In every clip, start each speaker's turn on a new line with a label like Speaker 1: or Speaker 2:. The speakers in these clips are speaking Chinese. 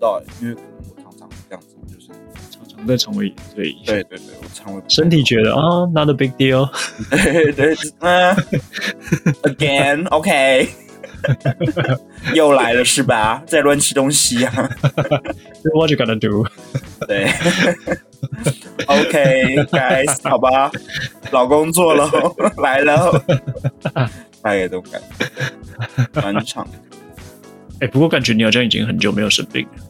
Speaker 1: 道哎、因为可能我常常这样子，就是
Speaker 2: 常常在肠胃炎，所以
Speaker 1: 对对对，我肠胃不
Speaker 2: 身体觉得啊、n o t a big deal，
Speaker 1: 对对，嗯，again，OK，、又来了是吧？在乱吃东西呀、
Speaker 2: So what you gonna do？
Speaker 1: 对，OK，guys，、好吧，老公做 了，来了，大概都感觉满场。
Speaker 2: 哎、不过感觉你好像已经很久没有生病了，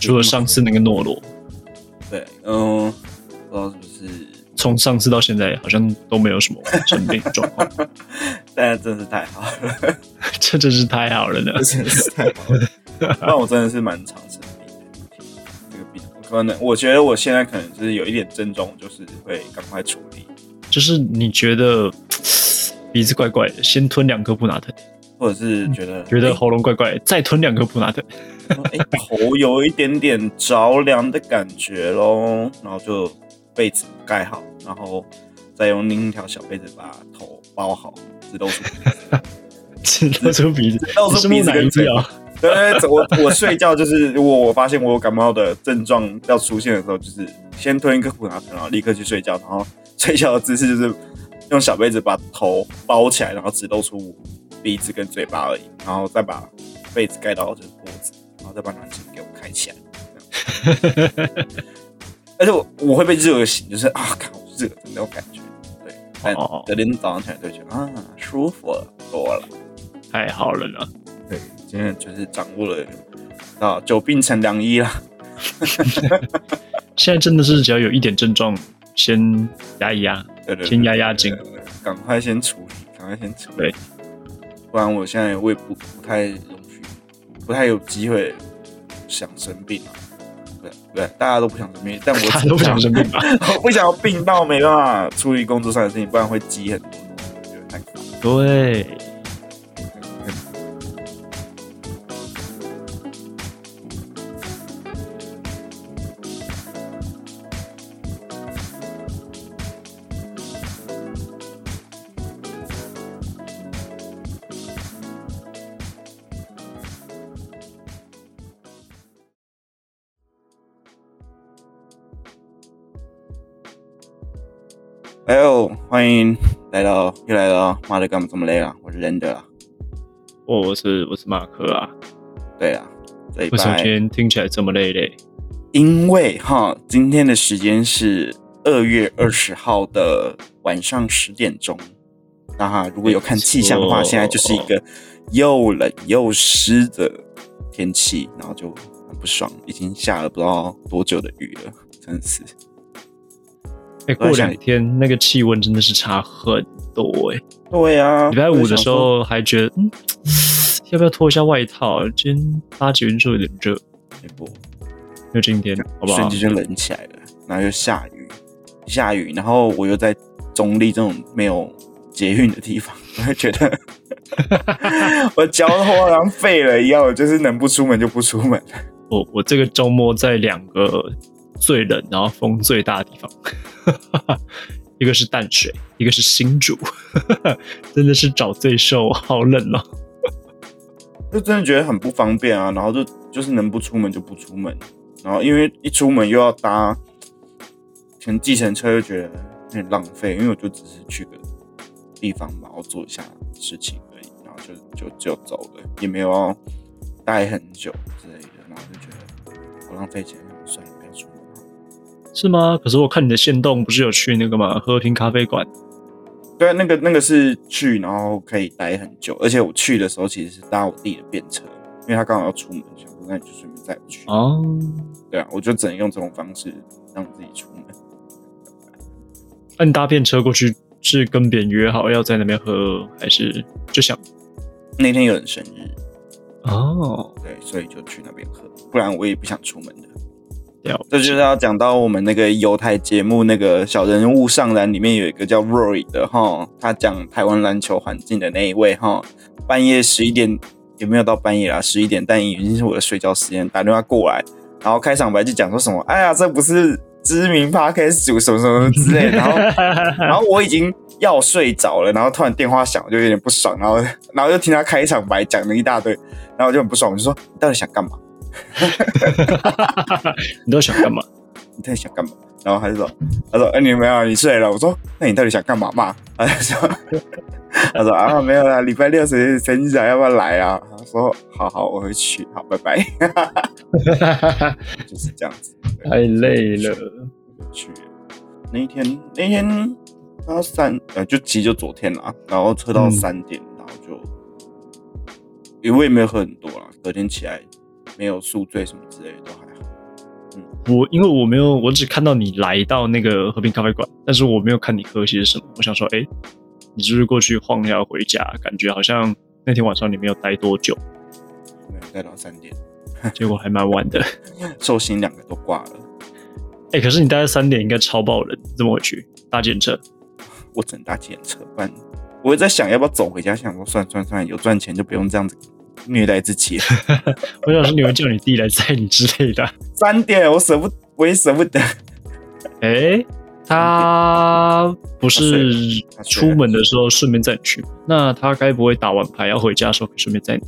Speaker 2: 除了上次那个诺罗，
Speaker 1: 对，嗯，不知道是不是，
Speaker 2: 从上次到现在好像都没有什么生病状况，
Speaker 1: 但真是太好了，
Speaker 2: 这真是太好了呢。
Speaker 1: 真是太好了。但我真的是蛮常生病的，这个病，可能我觉得我现在可能就是有一点症状，就是会赶快处理，
Speaker 2: 就是你觉得嘖鼻子怪怪的，先吞两颗布拿疼，
Speaker 1: 或者是觉得
Speaker 2: 嗯觉得喉咙怪怪，再吞两颗布拿疼，
Speaker 1: 哎、头有一点点着凉的感觉咯，然后就被子盖好，然后再用另一条小被子把头包好，只露出鼻子。
Speaker 2: 只露出鼻子，
Speaker 1: 露
Speaker 2: 你
Speaker 1: 出
Speaker 2: 是
Speaker 1: 鼻
Speaker 2: 木
Speaker 1: 子
Speaker 2: 乃
Speaker 1: 跟
Speaker 2: 伊
Speaker 1: 嘴
Speaker 2: 啊？
Speaker 1: 对对对，呃我我睡觉就是，如果我发现我有感冒的症状要出现的时候，就是先吞一颗普拿疼，然后立刻去睡觉，然后睡觉的姿势就是用小被子把头包起来，然后只露出鼻子跟嘴巴而已，然后再把被子盖到就是脖子，然后再把暖气给我开起来。而且我我会被热醒，就是啊，看我热的那种感觉。对，但
Speaker 2: 哦
Speaker 1: 隔天早上起来就觉得啊，舒服了多了。
Speaker 2: 太好了呢，
Speaker 1: 对，今天就是掌握了啊，久病成良医啦。
Speaker 2: 现在真的是只要有一点症状，先压一压，
Speaker 1: 对对对，
Speaker 2: 先压压惊
Speaker 1: 对，对对赶快先处理，赶快先处理
Speaker 2: 对。
Speaker 1: 不然我现在我也不不太容许，不太有机会想生病啊。对对，大家都不想生病，但我
Speaker 2: 大家都不想生病吧？
Speaker 1: 我 不想要病到没办法处理工作上的事情，不然会积很多东西，我觉得太可怕了。
Speaker 2: 对，
Speaker 1: 哎呦，欢迎来到又来了，妈的，干嘛这么累啊？我是忍者啊，
Speaker 2: 我哦我是我是马克啊，
Speaker 1: 对啊，这一
Speaker 2: 为什么
Speaker 1: 拜
Speaker 2: 今天听起来这么累累？
Speaker 1: 因为哈，今天的时间是二月二十号的晚上十点钟。那哈，如果有看气象的话，
Speaker 2: 没错
Speaker 1: 现在就是一个又冷又湿的天气，然后就很不爽，已经下了不知道多久的雨了，真是。
Speaker 2: 哎、过两天那个气温真的是差很多哎、
Speaker 1: 对啊，
Speaker 2: 礼拜五的时
Speaker 1: 我
Speaker 2: 候还觉得，嗯， 要不要脱一下外套？今天八九天的时候有点热，
Speaker 1: 就想说，
Speaker 2: 就今天好不
Speaker 1: 瞬
Speaker 2: 好？
Speaker 1: 间就冷起来了，然后又下雨，下雨，然后我又在中立这种没有捷运的地方， 我就觉得我脚都好像废了一样，我就是能不出门就不出门。
Speaker 2: 我我这个周末在两个最冷然后风最大的地方， 一个是淡水，一个是新竹， 真的是找罪受，好冷哦。
Speaker 1: 就真的觉得很不方便啊，然后就就是能不出门就不出门，然后因为一出门又要搭，可能计程车又觉得有点浪费，因为我就只是去个地方然后做一下事情而已，然后就就就走了，也没有要待很久之类的，然后就觉得好浪费钱，算了，不要出门好了。
Speaker 2: 是吗？可是我看你的线动不是有去那个嘛和平咖啡馆，
Speaker 1: 对啊，那个那个是去，然后可以待很久，而且我去的时候其实是搭我弟的便车，因为他刚好要出门，想说那你就顺便载我去。
Speaker 2: 哦，
Speaker 1: 对啊，我就只能用这种方式让自己出门。
Speaker 2: 那你搭便车过去是跟别人约好要在那边喝，还是就想
Speaker 1: 那天有人生日，
Speaker 2: 哦？
Speaker 1: 对，所以就去那边喝，不然我也不想出门的。
Speaker 2: 了
Speaker 1: 这就是要讲到我们那个犹太节目那个小人物上篮里面有一个叫 Roy 的哈，他讲台湾篮球环境的那一位哈，半夜十一点也没有到半夜啦，十一点但已经是我的睡觉时间，打电话过来，然后开场白就讲说什么，哎呀，这不是知名 podcast 主什么什么之类的，然后。然后我已经要睡着了，然后突然电话响，我就有点不爽，然后然后又听他开场白讲了一大堆，然后我就很不爽，我就说你到底想干嘛？
Speaker 2: 你都想干嘛？
Speaker 1: 你到底想干嘛？然后他就说，他说，哎、你没有啊，你睡了。我说，那你到底想干嘛嘛？他就说， 他说啊，没有啦，礼拜六谁谁你想要不要来啊？他说，好好，我会去，好，拜 拜，就是这样子。对
Speaker 2: 太累了。
Speaker 1: 去那一天，那一天到三呃，就其实就昨天啦，然后喝到
Speaker 2: 嗯
Speaker 1: 三点，然后就因为我也没有喝很多啦，隔天起来没有宿醉什么之类的都还好。
Speaker 2: 我因为我没有，我只看到你来到那个和平咖啡馆，但是我没有看你喝些什么。我想说，哎、你是不是过去晃一下回家？感觉好像那天晚上你没有待多久，
Speaker 1: 没有待到三点，
Speaker 2: 结果还蛮晚的。
Speaker 1: 寿星两个都挂了，
Speaker 2: 哎、可是你待到三点应该超爆人，怎么回去？搭检车？
Speaker 1: 我只能搭计程车。不然我也在想要不要走回家，想说算算算，有赚钱就不用这样子虐待自己了。
Speaker 2: 我想说你会叫你弟来载你之类的。
Speaker 1: 三点我舍不，我也舍不得。
Speaker 2: 哎、他不是
Speaker 1: 嗯他睡了
Speaker 2: 出门的时候顺便载你去吗？那他该不会打完牌要回家的时候顺便载你？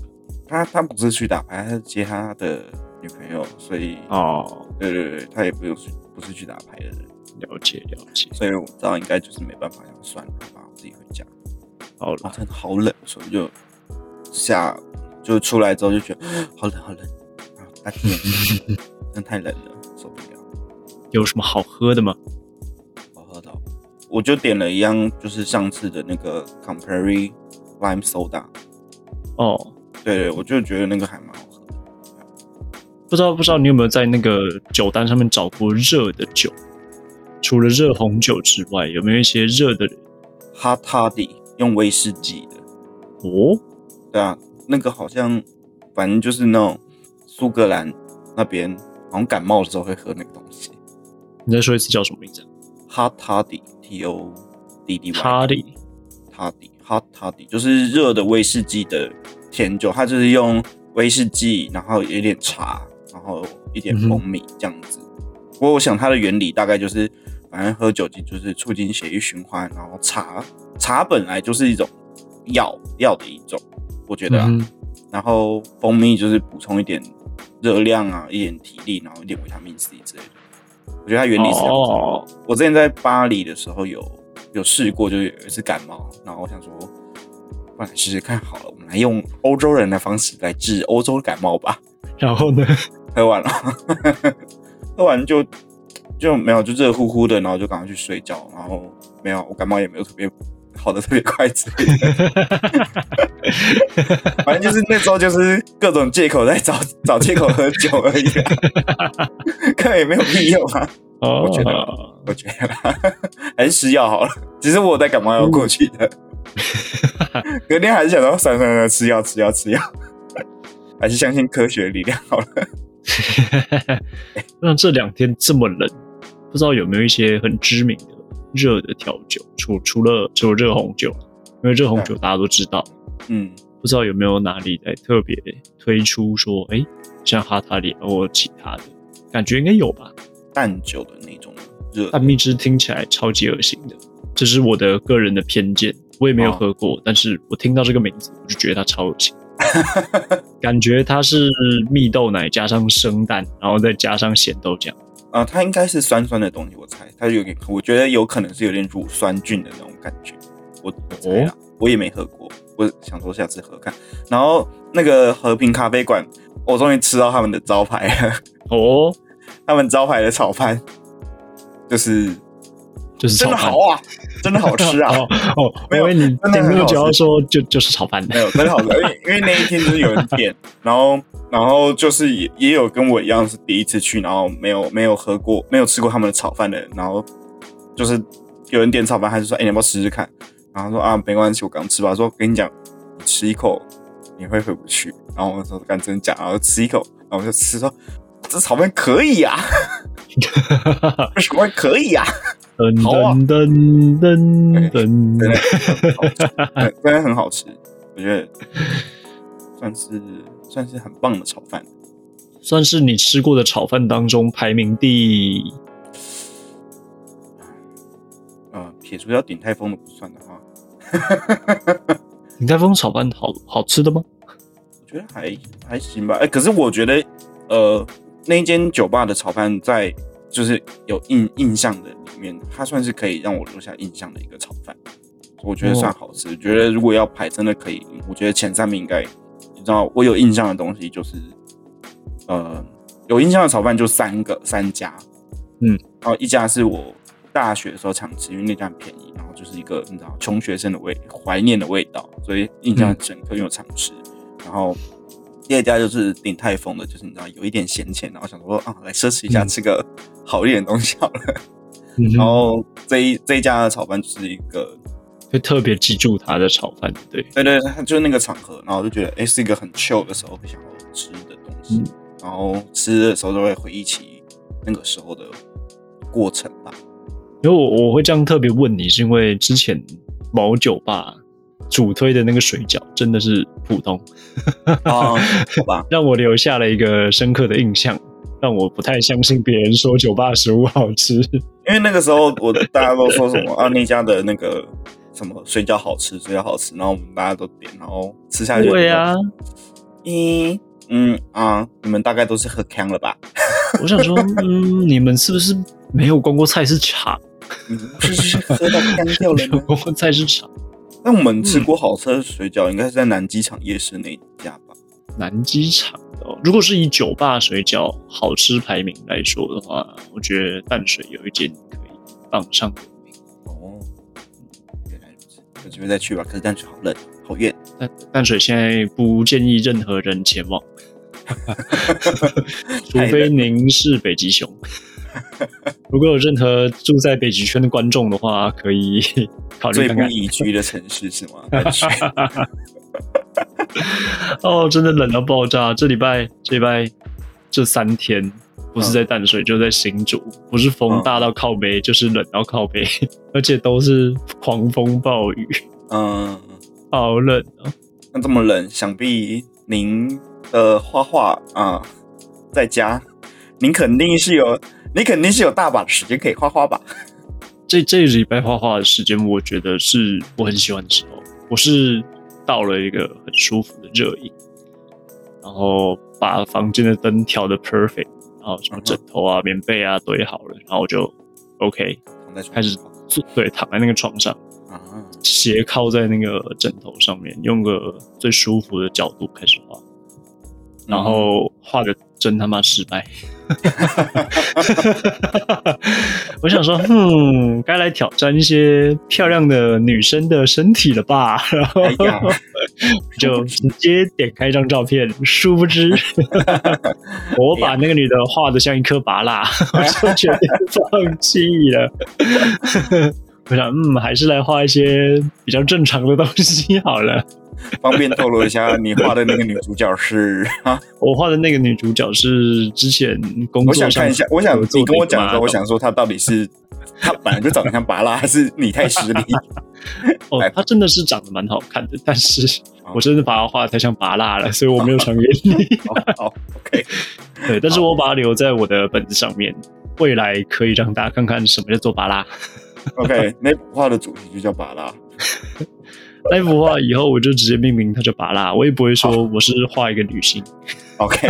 Speaker 1: 他他不是去打牌，他是接他的女朋友，所以
Speaker 2: 哦，
Speaker 1: 对对对，他也不用去，不是去打牌的人，
Speaker 2: 了解了解，
Speaker 1: 所以我知道应该就是没办法，想算了，好吧，我自己回家。
Speaker 2: 好
Speaker 1: 哇，
Speaker 2: 了，
Speaker 1: 真的好冷，所以我就下就出来之后就觉得 好冷好冷啊，大天眼真的太冷了，受不了。
Speaker 2: 有什么好喝的吗？
Speaker 1: 好喝到，我就点了一样，就是上次的那个 Campari Lime Soda，
Speaker 2: 哦，
Speaker 1: 对对，我就觉得那个还蛮好喝的。
Speaker 2: 不知道不知道你有没有在那个酒单上面找过热的酒？除了热红酒之外，有没有一些热的？
Speaker 1: Hot Toddy 用威士忌的，
Speaker 2: 哦，
Speaker 1: 对啊，那个好像反正就是那种苏格兰那边，好像感冒的时候会喝那个东西。
Speaker 2: 你再说一次叫什么名字
Speaker 1: Hot Toddy T O D D Y
Speaker 2: ？Toddy
Speaker 1: Toddy Hot Toddy 就是热的威士忌的甜酒，它就是用威士忌，然后有一点茶，然后一点蜂蜜这样子。不过我想它的原理大概就是，反正喝酒精就是促进血液循环，然后茶茶本来就是一种药药的一种，我觉得啊。
Speaker 2: 嗯哼
Speaker 1: 然后蜂蜜就是补充一点热量啊，一点体力，然后一点维他命 C 之类的。我觉得它原理是这样子。
Speaker 2: 哦，
Speaker 1: 我之前在巴黎的时候有有试过，就是有一次感冒，然后我想说，不然试试看好了，我们来用欧洲人的方式来治欧洲感冒吧。
Speaker 2: 然后呢？
Speaker 1: 喝完了， 喝完就就没有，就热乎乎的，然后就赶快去睡觉，然后没有，我感冒也没有特别好的特别快之类的 反正就是那时候就是各种借口在找找借口喝酒而已、啊， 根本也没有屁用啊。
Speaker 2: 哦，
Speaker 1: 我觉得啊我觉得啦，还是吃药好了。只是我在感冒药过去的， 隔天还是想到算了算了，吃药吃药吃药，还是相信科学的力量好了。
Speaker 2: 那这两天这么冷，不知道有没有一些很知名的热的调酒？除除了除了热红酒，因为热红酒大家都知道，
Speaker 1: 嗯，
Speaker 2: 不知道有没有哪里在特别推出说，哎、像哈塔里啊或其他的，感觉应该有吧？
Speaker 1: 淡酒的那种热
Speaker 2: 但蜜汁听起来超级恶心的，这是我的个人的偏见，我也没有
Speaker 1: 哦
Speaker 2: 喝过，但是我听到这个名字，我就觉得它超恶 心。感觉它是蜜豆奶加上生蛋，然后再加上咸豆浆。
Speaker 1: 啊、它应该是酸酸的东西，我猜它有点，我觉得有可能是有点乳酸菌的那种感觉，我我猜啦，我也没喝过，我想说下次喝看。然后那个和平咖啡馆，我终于吃到他们的招牌了，
Speaker 2: 哦，
Speaker 1: 他们招牌的炒饭就是
Speaker 2: 就是
Speaker 1: 真
Speaker 2: 炒
Speaker 1: 的
Speaker 2: 饭
Speaker 1: 好。啊，真的好吃啊，
Speaker 2: 哦哦，
Speaker 1: 没
Speaker 2: 因
Speaker 1: 有
Speaker 2: 为你
Speaker 1: 真的
Speaker 2: 顶
Speaker 1: 很
Speaker 2: 多
Speaker 1: 好
Speaker 2: 只要
Speaker 1: 吃
Speaker 2: 说就就是炒饭
Speaker 1: 没
Speaker 2: 的，
Speaker 1: 有真的好吃，因为因为那一天就是有人点，然后然后就是也也有跟我一样是第一次去，然后没有没有喝过没有吃过他们的炒饭的人，然后就是有人点炒饭，他就说：“哎、你要不要试试看？”然后他说：“啊，没关系，我刚吃吧。”说：“跟你讲，你吃一口你会回不去。”然后我说：“干真假？”然后吃一口，然后我就吃说。这炒饭可以呀、啊， 这炒饭可以呀、啊，
Speaker 2: 噔
Speaker 1: 好啊哎
Speaker 2: 噔噔噔
Speaker 1: 真
Speaker 2: 噔，
Speaker 1: 的真的很好吃，我觉得算是算是很棒的炒饭。
Speaker 2: 算是你吃过的炒饭当中排名第
Speaker 1: 呃，撇除掉鼎泰丰的不算的话，
Speaker 2: 鼎泰丰炒饭好好吃的吗？
Speaker 1: 我觉得还还行吧。哎、可是我觉得呃，那一间酒吧的炒饭在就是有印印象的里面，它算是可以让我留下印象的一个炒饭，我觉得算好吃。觉得如果要排，真的可以，我觉得前三名应该，你知道我有印象的东西就是，呃，有印象的炒饭就三个三家，
Speaker 2: 嗯，
Speaker 1: 然后一家是我大学的时候常吃，因为那家很便宜，然后就是一个你知道穷学生的味怀念的味道，所以印象很深刻，因为我常吃。然后第二家就是鼎泰丰的，就是你知道有一点闲钱，然后想说啊，来奢侈一下，
Speaker 2: 嗯
Speaker 1: 吃个好一点的东西好了。
Speaker 2: 嗯哼
Speaker 1: 然后这一这一家的炒饭就是一个，
Speaker 2: 会特别记住他的炒饭，对，
Speaker 1: 对对，它就是那个场合，然后就觉得哎是一个很 chill 的时候会想要吃的东西，
Speaker 2: 嗯
Speaker 1: 然后吃的时候都会回忆起那个时候的过程吧。
Speaker 2: 因为我我会这样特别问你，是因为之前某酒吧主推的那个水饺真的是普通，
Speaker 1: 啊，好吧，
Speaker 2: 让我留下了一个深刻的印象，让我不太相信别人说酒吧食物好吃。
Speaker 1: 因为那个时候我大家都说什么啊，那家的那个什么水饺好吃，水饺好吃，然后我们大家都点，然后吃下去。
Speaker 2: 对啊，
Speaker 1: 嗯嗯啊，你们大概都是喝康了吧？
Speaker 2: 我想说，嗯，你们是不是没有逛过菜市场？
Speaker 1: 你们嗯是不是喝到干掉
Speaker 2: 没
Speaker 1: 了
Speaker 2: 有
Speaker 1: 呢？
Speaker 2: 逛过菜市场，
Speaker 1: 那我们吃过好吃的水饺，应该是在南机场夜市那一家吧？
Speaker 2: 南机场的哦。如果是以酒吧水饺好吃排名来说的话，我觉得淡水有一间可以放上有名。
Speaker 1: 哦，原来如此，有机会再去吧。可是淡水好冷，好远。
Speaker 2: 淡淡水现在不建议任何人前往， 除非您是北极熊。如果有任何住在北极圈的观众的话，可以考虑
Speaker 1: 最
Speaker 2: 看
Speaker 1: 不
Speaker 2: 看。
Speaker 1: 宜居的城市是吗？淡 水
Speaker 2: 哦，真的冷到爆炸！这礼拜、这礼拜这三天，不是在淡水、就在新竹，不是风
Speaker 1: 嗯
Speaker 2: 大到靠背，就是冷到靠背， 而且都是狂风暴雨，
Speaker 1: 嗯，
Speaker 2: 好冷哦！
Speaker 1: 那这么冷，想必您的画画啊，在家，您肯定是有，你肯定是有大把的时间可以画画吧？
Speaker 2: 这这礼拜画画的时间，我觉得是我很喜欢的时候。我是到了一个很舒服的热饮，然后把房间的灯调的 perfect，然后什么枕头啊、棉被啊堆好了，然后我就 OK
Speaker 1: 躺在床上
Speaker 2: 开始坐，对，躺在那个床上，
Speaker 1: 啊，
Speaker 2: 斜靠在那个枕头上面，用个最舒服的角度开始画，然后画的真他妈失败。我想说，嗯，该来挑战一些漂亮的女生的身体了吧？然后
Speaker 1: 哎呀
Speaker 2: 就直接点开一张照片，殊不知我把那个女的画的像一颗拔蜡， 我就决定放弃了。 我想，嗯，还是来画一些比较正常的东西好了。
Speaker 1: 方便透露一下，你画的那个女主角是？
Speaker 2: 我画的那个女主角是之前工
Speaker 1: 我
Speaker 2: 作上
Speaker 1: 想看一下，我想
Speaker 2: 合作
Speaker 1: 你跟
Speaker 2: 的
Speaker 1: 我
Speaker 2: 一个
Speaker 1: 讲的时候，我
Speaker 2: model
Speaker 1: 想说她到底是她本来就长得像拔拉，还是你太失礼？
Speaker 2: 哦，她真的是长得蛮好看的，但是
Speaker 1: 哦
Speaker 2: 我真的把她画的太像拔蜡了，所以我没有传给 你。
Speaker 1: 好，OK，
Speaker 2: 对，但是我把它留在我的本子上面，未来可以让大家看看什么叫做拔蜡。
Speaker 1: OK，那幅画的主题就叫拔拉。
Speaker 2: 那幅画以后我就直接命名它叫拔蜡，我也不会说
Speaker 1: 哦
Speaker 2: 我是画一个女性。
Speaker 1: OK，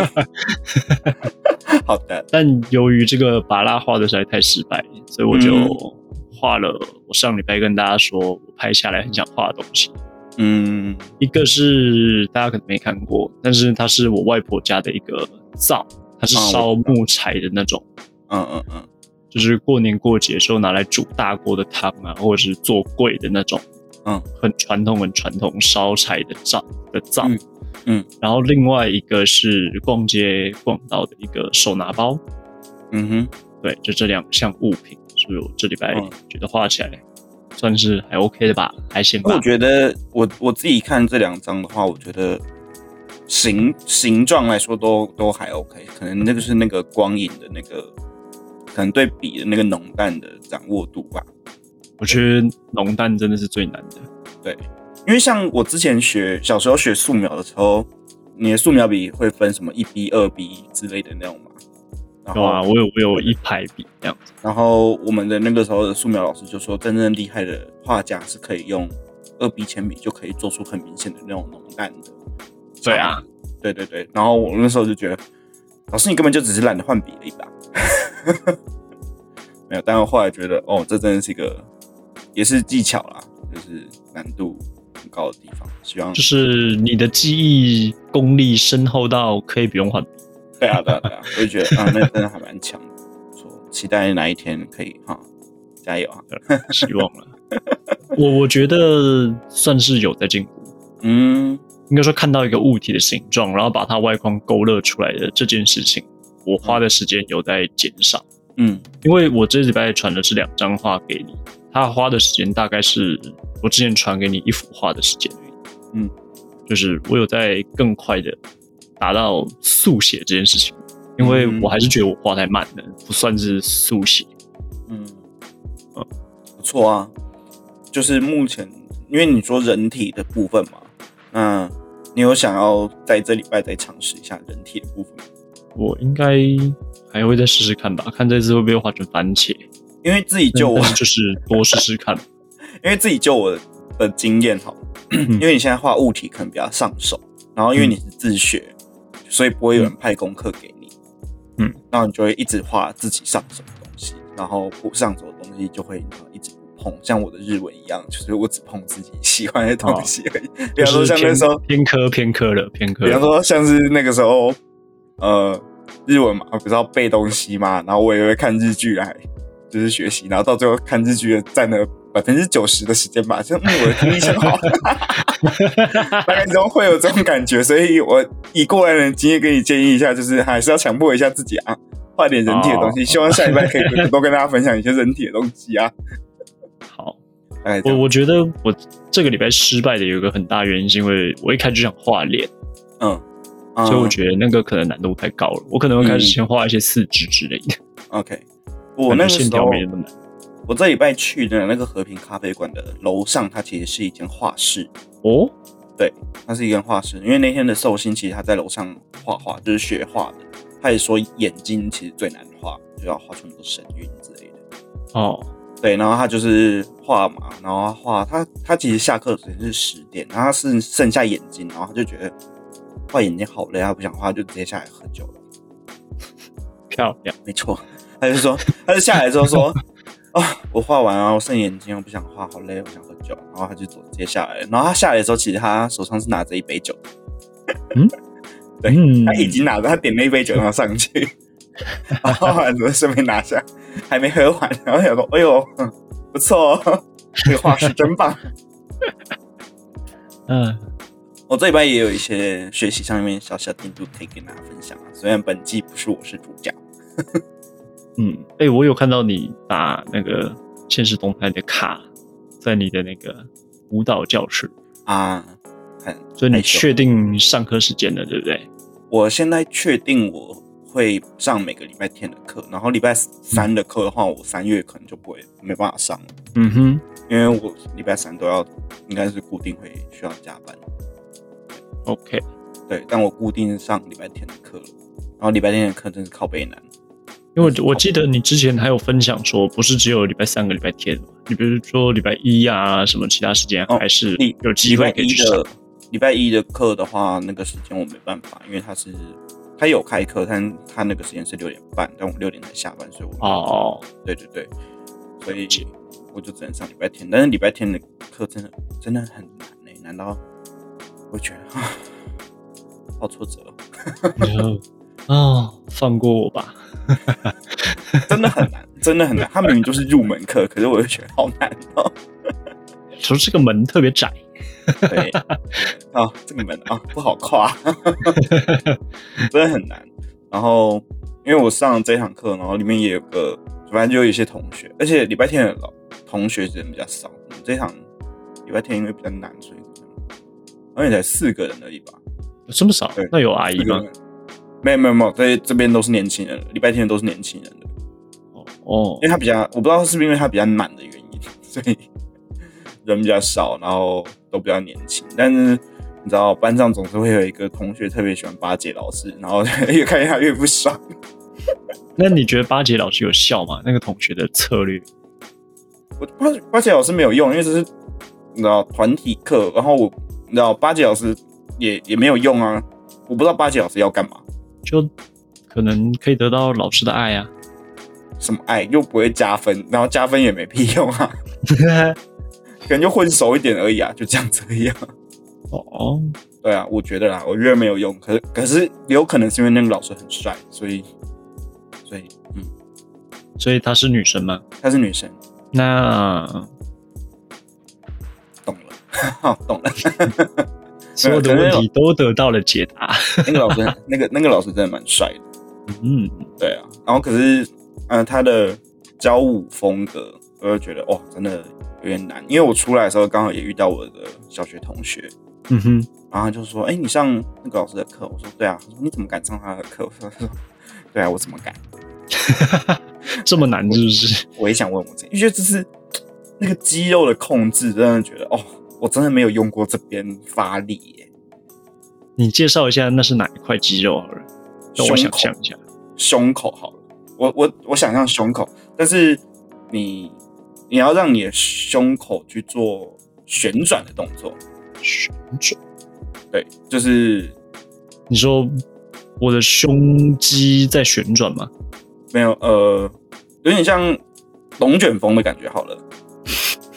Speaker 1: 好的，
Speaker 2: 但由于这个拔蜡画的实在太失败，所以我就
Speaker 1: 嗯
Speaker 2: 画了我上礼拜跟大家说我拍下来很想画的东西。
Speaker 1: 嗯
Speaker 2: 一个是大家可能没看过，但是它是我外婆家的一个灶，它是
Speaker 1: 啊我
Speaker 2: 烧木柴的那种，
Speaker 1: 嗯嗯嗯，
Speaker 2: 就是过年过节的时候拿来煮大锅的汤啊，或者是做粿的那种，
Speaker 1: 嗯，
Speaker 2: 很传统很传统烧柴的灶的灶，
Speaker 1: 嗯嗯
Speaker 2: 然后另外一个是逛街逛到的一个手拿包，
Speaker 1: 嗯哼。
Speaker 2: 对，就这两项物品，所以我这礼拜
Speaker 1: 嗯
Speaker 2: 觉得画起来算是还 OK 的吧，还行吧
Speaker 1: 我，觉得我我自己看这两张的话，我觉得形形状来说都都还 OK，可能那个是那个光影的那个，可能对笔的那个浓淡的掌握度吧。
Speaker 2: 我觉得浓淡真的是最难的。
Speaker 1: 因为像我之前学小时候学素描的时候，你的素描笔会分什么一 B、二 B 之类的那种嘛。然
Speaker 2: 有
Speaker 1: 后
Speaker 2: 啊，我有我有一排笔这样子，
Speaker 1: 然后我们的那个时候的素描老师就说，真正厉害的画家是可以用二 B 铅笔就可以做出很明显的那种浓淡的。
Speaker 2: 对啊，
Speaker 1: 对对对。然后我那时候就觉得，老师你根本就只是懒得换笔而已吧？ 没有，但我后来觉得，哦，这真的是一个也是技巧啦，就是难度很高的地方。希望
Speaker 2: 就是你的记忆功力深厚到可以不用换笔。
Speaker 1: 对啊，对啊，对啊，我就觉得啊，那真的还蛮强的，不错。期待哪一天可以哈，加油啊！
Speaker 2: 希望 了。我我觉得算是有在进步，
Speaker 1: 嗯，
Speaker 2: 应该说看到一个物体的形状，然后把它外框勾勒出来的这件事情，我花的时间有在减少。
Speaker 1: 嗯
Speaker 2: 因为我这礼拜传的是两张画给你，他花的时间大概是我之前传给你一幅画的时间而已。
Speaker 1: 嗯，
Speaker 2: 就是我有在更快的达到速写这件事情，因为
Speaker 1: 嗯
Speaker 2: 我还是觉得我画太慢了，不算是速写。
Speaker 1: 嗯，不错啊。就是目前，因为你说人体的部分嘛，那你有想要在这礼拜再尝试一下人体的部分吗？
Speaker 2: 我应该还会再试试看吧，看这次会不会画成番茄。
Speaker 1: 因为自己就我
Speaker 2: 但是就是多试试看。
Speaker 1: 因为自己就我的经验好了，因为你现在画物体可能比较上手，然后因为你是自学，所以不会有人派功课给你，
Speaker 2: 嗯，
Speaker 1: 然后你就会一直画自己上手的东西，然后不上手的东西就会一直不碰，像我的日文一样，就是我只碰自己喜欢的东西而已。 比方说像那时候，
Speaker 2: 偏科偏科了，偏科
Speaker 1: 比方
Speaker 2: 了。
Speaker 1: 说像是那个时候，呃，日文嘛，不是要背东西嘛，然后我也会看日剧来，就是学习，然后到最后看日剧的占了百分之九十的时间吧，就嗯，我的听力很好， 大概中会有这种感觉，所以我以过来人的经验给你建议一下，就是还是要强迫一下自己啊，画点人体的东
Speaker 2: 哦
Speaker 1: 西，希望下礼拜可以多跟大家分享一些人体的东西啊，
Speaker 2: 好，
Speaker 1: 大概这
Speaker 2: 我
Speaker 1: 样，
Speaker 2: 我觉得我这个礼拜失败的有一个很大原因，是因为我一开始就想画脸，
Speaker 1: 嗯，
Speaker 2: 哦所以我觉得那个可能难度太高了。我可能会开始先画一些四肢之类的，
Speaker 1: 得 OK，我那
Speaker 2: 感
Speaker 1: 个
Speaker 2: 觉
Speaker 1: 时
Speaker 2: 线条
Speaker 1: 候
Speaker 2: 没那么难。
Speaker 1: 我这礼拜去的那个和平咖啡馆的楼上，它其实是一间画室，
Speaker 2: 哦，
Speaker 1: 它是一间画室。因为那天的寿星其实他在楼上画画，就是学画的。他也说眼睛其实最难画，就要画出很多神韵之类的。
Speaker 2: 哦，
Speaker 1: 对，然后他就是画嘛，然后画他他其实下课的时间是十点，然后他剩剩下眼睛，然后他就觉得画眼睛好累，他不想画，就直接下来喝酒了。
Speaker 2: 漂亮，
Speaker 1: 没错，他就说，他就下来之后说，啊、我画完啊，我剩眼睛，我不想画，好累，我想喝酒。然后他就走，直接下来。然后他下来的时候，其实他手上是拿着一杯酒，对
Speaker 2: 嗯，
Speaker 1: 他已经拿着，他点了一杯酒，然后上去， 然后画完之后顺便拿下，还没喝完。然后想说，哎呦，嗯不错、哦，这个画是真棒。
Speaker 2: 嗯，
Speaker 1: 我这礼拜也有一些学习上面小小进度可以跟大家分享啊，虽然本季不是我是主角，
Speaker 2: 嗯，哎、我有看到你把那个现实动态的卡在你的那个舞蹈教室，
Speaker 1: 啊，很
Speaker 2: 所以你
Speaker 1: 害羞
Speaker 2: 确定上课时间了，对不对？
Speaker 1: 我现在确定我会上每个礼拜天的课，然后礼拜三的课的话，我三月可能就不会没办法上了，
Speaker 2: 嗯哼，
Speaker 1: 因为我礼拜三都要应该是固定会需要加班，
Speaker 2: OK，
Speaker 1: 对，但我固定上礼拜天的课了，然后礼拜天的课真是靠背难，
Speaker 2: 因为我我记得你之前还有分享说，不是只有礼拜三个礼拜天，你比如说礼拜一啊，什么其他时间
Speaker 1: 哦
Speaker 2: 还是
Speaker 1: 礼
Speaker 2: 有机会可以
Speaker 1: 礼
Speaker 2: 去
Speaker 1: 拜一
Speaker 2: 上
Speaker 1: 的。礼拜一的课的话，那个时间我没办法，因为他是他有开课，但他那个时间是六点半，但我六点才下班，所以我没办法
Speaker 2: 哦，
Speaker 1: 对对对，所以
Speaker 2: 了解
Speaker 1: 我就只能上礼拜天，但是礼拜天的课真的真的很难呢、难道我觉得 啊，好挫折哦，
Speaker 2: 然后哦，放过我吧。
Speaker 1: 真的很难，真的很难。它明明就是入门课，可是我就觉得好难哦。
Speaker 2: 说这个门特别窄，
Speaker 1: 对，啊，这个门啊不好跨， 真的很难。然后因为我上这堂课，然后里面也有个，反正就有一些同学，而且礼拜天的老同学人比较少，我们这堂礼拜天因为比较难，所以可能好像也才四个人而已吧。
Speaker 2: 有这么少
Speaker 1: 对？
Speaker 2: 那有阿姨吗？？
Speaker 1: 没有没有没有，这这边都是年轻人，礼拜天都是年轻人的，
Speaker 2: 哦
Speaker 1: 因为，他比较，我不知道是不是因为他比较满的原因，所以人比较少，然后都比较年轻。但是你知道，班上总是会有一个同学特别喜欢巴结老师，然后越看越他越不爽。
Speaker 2: 那你觉得巴结老师有效吗？那个同学的策略？
Speaker 1: 我巴巴结老师没有用，因为这是你知道团体课，然后我你知道巴结老师也也没有用啊，我不知道巴结老师要干嘛。
Speaker 2: 就可能可以得到老师的 爱啊。
Speaker 1: 什么爱又不会加分，然后加分也没屁用啊，可能就混熟一点而已啊，就这样子而已啊。
Speaker 2: 哦，
Speaker 1: 对啊，我觉得啦，我觉得没有用，可是可是有可能是因为那个老师很帅，所以所以嗯，
Speaker 2: 所以她是女生吗？
Speaker 1: 她是女生，
Speaker 2: 那
Speaker 1: 懂了， 哦懂了。
Speaker 2: 所有的问题都得到了解答。
Speaker 1: 那个老师 很，那个那个老师真的蛮帅的，
Speaker 2: 嗯，
Speaker 1: 对啊。然后可是，嗯、他的教舞风格，我就觉得哇，真的有点难，因为我出来的时候刚好也遇到我的小学同学，
Speaker 2: 嗯哼，
Speaker 1: 然后他就说：“哎、你上那个老师的课？”我说：“对啊。”他说：“你怎么敢上他的课？”我说：“他说 对啊，我怎么敢
Speaker 2: 这么难是不是？？”
Speaker 1: 我也想问我自己，因为这是那个肌肉的控制，真的觉得哦，我真的没有用过这边发力耶，
Speaker 2: 你介绍一下那是哪一块肌肉好了，让
Speaker 1: 胸
Speaker 2: 我想
Speaker 1: 口
Speaker 2: 象一下。
Speaker 1: 胸口好了，我我我想象胸口，但是你你要让你的胸口去做旋转的动作，
Speaker 2: 旋转，
Speaker 1: 对，就是
Speaker 2: 你说我的胸肌在旋转吗？
Speaker 1: 没有，呃，有点像龙卷风的感觉。好了，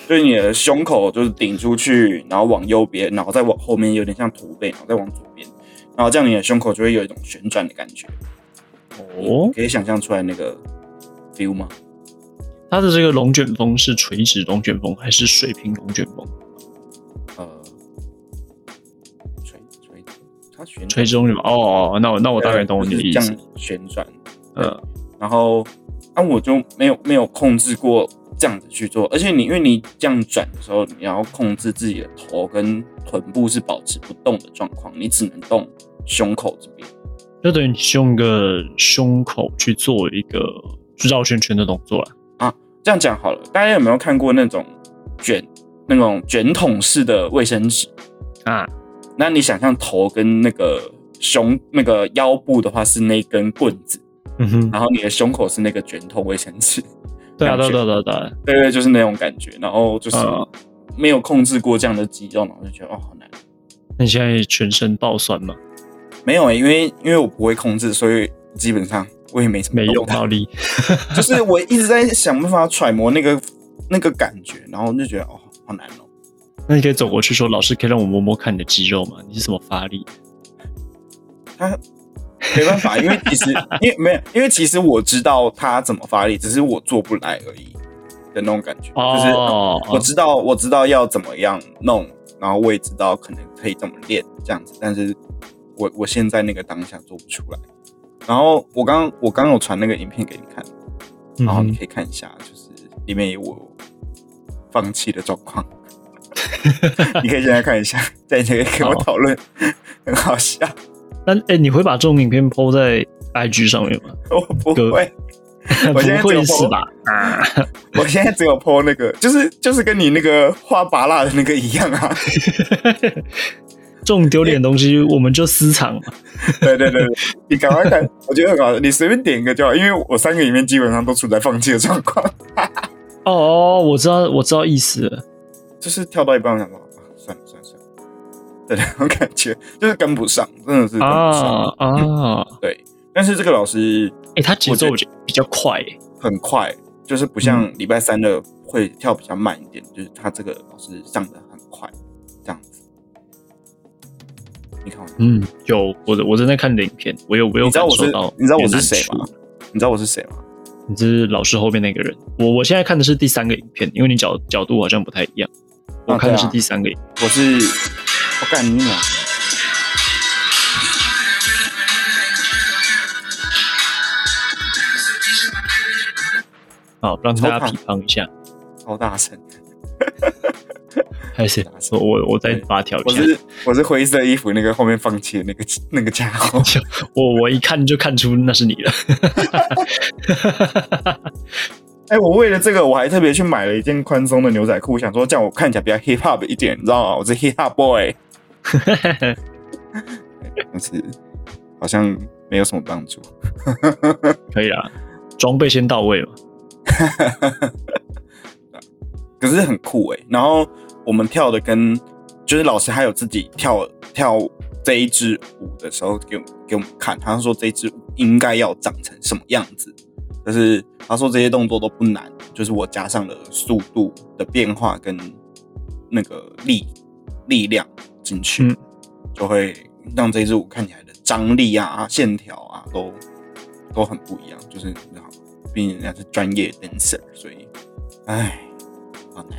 Speaker 1: 就是你的胸口就是顶出去，然后往右边，然后再往后面，有点像驼背，然后再往左边，然后这样你的胸口就会有一种旋转的感觉。
Speaker 2: 哦，
Speaker 1: 可以想象出来那个 feel 吗？
Speaker 2: 它的这个龙卷风是垂直龙卷风还是水平龙卷风？
Speaker 1: 呃，垂垂，它旋转
Speaker 2: 垂直龙卷风。哦，哦那我那我大概懂你的意
Speaker 1: 呃就是
Speaker 2: 思
Speaker 1: 这。样旋转，
Speaker 2: 嗯，
Speaker 1: 然后，那、我就没有没有控制过这样子去做，而且你因为你这样转的时候，你要控制自己的头跟臀部是保持不动的状况，你只能动胸口这边。
Speaker 2: 就等于你是用个胸口去做一个绕圈圈的动作了。
Speaker 1: 这样讲好了，大家有没有看过那种卷那种卷筒式的卫生纸？
Speaker 2: 啊，
Speaker 1: 那你想象头跟那个胸那个腰部的话是那根棍子，
Speaker 2: 嗯哼，
Speaker 1: 然后你的胸口是那个卷筒卫生纸，
Speaker 2: 对
Speaker 1: 两
Speaker 2: 啊，对啊
Speaker 1: 圈
Speaker 2: 对啊对啊对啊，
Speaker 1: 对对，就是那种感觉。然后就是
Speaker 2: 嗯
Speaker 1: 没有控制过这样的肌肉，然后就觉得哦好难。
Speaker 2: 那你现在全身爆酸吗？
Speaker 1: 没有、欸，因为因为我不会控制，所以基本上我也没什么
Speaker 2: 没
Speaker 1: 动
Speaker 2: 用
Speaker 1: 它
Speaker 2: 到力，
Speaker 1: 就是我一直在想办法揣摩那个那个感觉，然后就觉得哦，好难哦。
Speaker 2: 那你可以走过去说：“老师，可以让我摸摸看你的肌肉吗？你是怎么发力
Speaker 1: 没办法，因为其实 因为没有，因为其实我知道他怎么发力，只是我做不来而已的那种感觉。？”就是、
Speaker 2: 哦，
Speaker 1: 我知道我知道要怎么样弄，然后我也知道可能可以怎么练这样子，但是我我现在那个当下做不出来。然后我刚我刚有传那个影片给你看，
Speaker 2: 嗯
Speaker 1: 然后你可以看一下，就是里面有我放弃的状况。 你可以现在看一下，在这里跟我
Speaker 2: 好
Speaker 1: 讨论，很好笑。
Speaker 2: 那哎、你会把这种影片 PO 在 IG 上面吗？
Speaker 1: 我不
Speaker 2: 哥
Speaker 1: 会，
Speaker 2: 不
Speaker 1: 我现在只有
Speaker 2: 会是
Speaker 1: po
Speaker 2: 吧？啊，
Speaker 1: 我现在只有 PO 那个，就是就是跟你那个画拔蜡的那个一样啊。
Speaker 2: 这种丢脸的东西我们就私藏嘛。
Speaker 1: 对对对，对你赶快看，我觉得很好笑。你随便点一个就好，因为我三个里面基本上都处在放弃的状况，
Speaker 2: 哦，我知道，我知道意思了。
Speaker 1: 就是跳到一半我想说，啊算了算了算了，对那种感觉就是跟不上，真的是跟不上。
Speaker 2: 啊啊！
Speaker 1: 对，但是这个老师
Speaker 2: 哎、他节奏比较快、欸，
Speaker 1: 很快，就是不像礼拜三的会跳比较慢一点，就是他这个老师上的很快，这样子。你看我，
Speaker 2: 嗯，有我的我正在看你的影片，我有我有
Speaker 1: 你知道
Speaker 2: 感
Speaker 1: 我是
Speaker 2: 受到
Speaker 1: 你知道我
Speaker 2: 你的
Speaker 1: 是
Speaker 2: 难
Speaker 1: 谁
Speaker 2: 处
Speaker 1: 吗？你知道我是谁吗？
Speaker 2: 你是老师后面那个人。我我现在看的是第三个影片，因为你角角度好像不太一样。
Speaker 1: 啊
Speaker 2: 我看的是第三个影片，
Speaker 1: 我是我干你娘！
Speaker 2: 好让大家批判一下。
Speaker 1: 超大声！
Speaker 2: 还是我我我再把它调一
Speaker 1: 我
Speaker 2: 下。
Speaker 1: 是我是灰色衣服那个后面放弃的那个那个家伙。
Speaker 2: 我我一看就看出那是你了。
Speaker 1: 哎、我为了这个我还特别去买了一件宽松的牛仔裤，想说这样我看起来比较 hip hop 一点，你知道吗？我是 hip hop boy，但是好像没有什么帮助。
Speaker 2: 可以啦，装备先到位嘛。
Speaker 1: 可是欸很酷哎、然后我们跳的跟就是老师还有自己跳跳这一支舞的时候给我们给我们看，他说这一支舞应该要长成什么样子，就是他说这些动作都不难，就是我加上了速度的变化跟那个力力量进去，
Speaker 2: 嗯
Speaker 1: 就会让这支舞看起来的张力啊、线条啊都都很不一样，就是你知道，毕竟人家是专业 dancer，所以，唉，好难。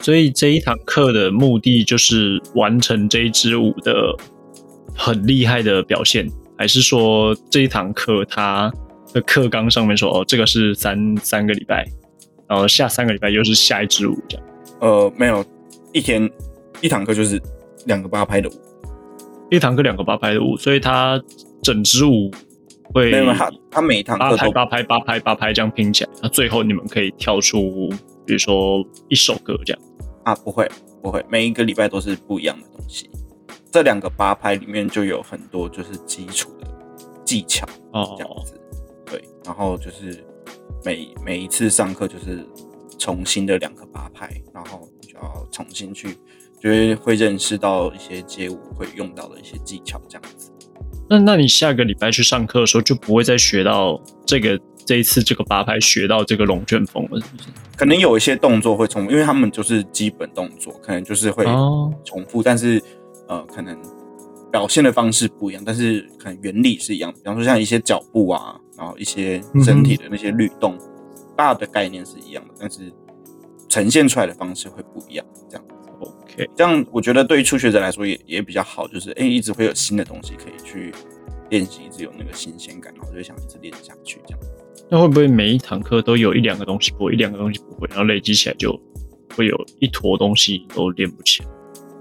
Speaker 2: 所以这一堂课的目的就是完成这一支舞的很厉害的表现，还是说这一堂课它的课纲上面说哦，这个是三三个礼拜，然后下三个礼拜又是下一支舞这样？
Speaker 1: 呃，没有，一天一堂课就是两个八拍的舞，
Speaker 2: 一堂课两个八拍的舞，所以它整支舞会
Speaker 1: 没有，他他每堂
Speaker 2: 八
Speaker 1: 课
Speaker 2: 拍
Speaker 1: 都
Speaker 2: 八拍八拍八拍这样拼起来，那最后你们可以跳出比如说一首歌这样。
Speaker 1: 啊，不会不会，每一个礼拜都是不一样的东西。这两个八拍里面就有很多就是基础的技巧
Speaker 2: 哦
Speaker 1: 这，样子，对，然后就是每每一次上课就是重新的两个八拍，然后就要重新去，就是会认识到一些街舞会用到的一些技巧这样子。
Speaker 2: 那那你下个礼拜去上课的时候，就不会再学到这个这一次这个八拍学到这个龙卷风了，是不是？
Speaker 1: 可能有一些动作会重复，因为他们就是基本动作，可能就是会
Speaker 2: 哦
Speaker 1: 重复，但是呃，可能表现的方式不一样，但是可能原理是一样的。比方说像一些脚步啊，然后一些身体的那些律动，大的概念是一样的，但是呈现出来的方式会不一样。这样，
Speaker 2: ，OK，
Speaker 1: 这样我觉得对于初学者来说也也比较好，就是哎、诶一直会有新的东西可以去练习，一直有那个新鲜感，然后就想一直练下去这样。
Speaker 2: 那会不会每一堂课都有一两个东西不会，一两个东西不会，然后累积起来就会有一坨东西都练不起来？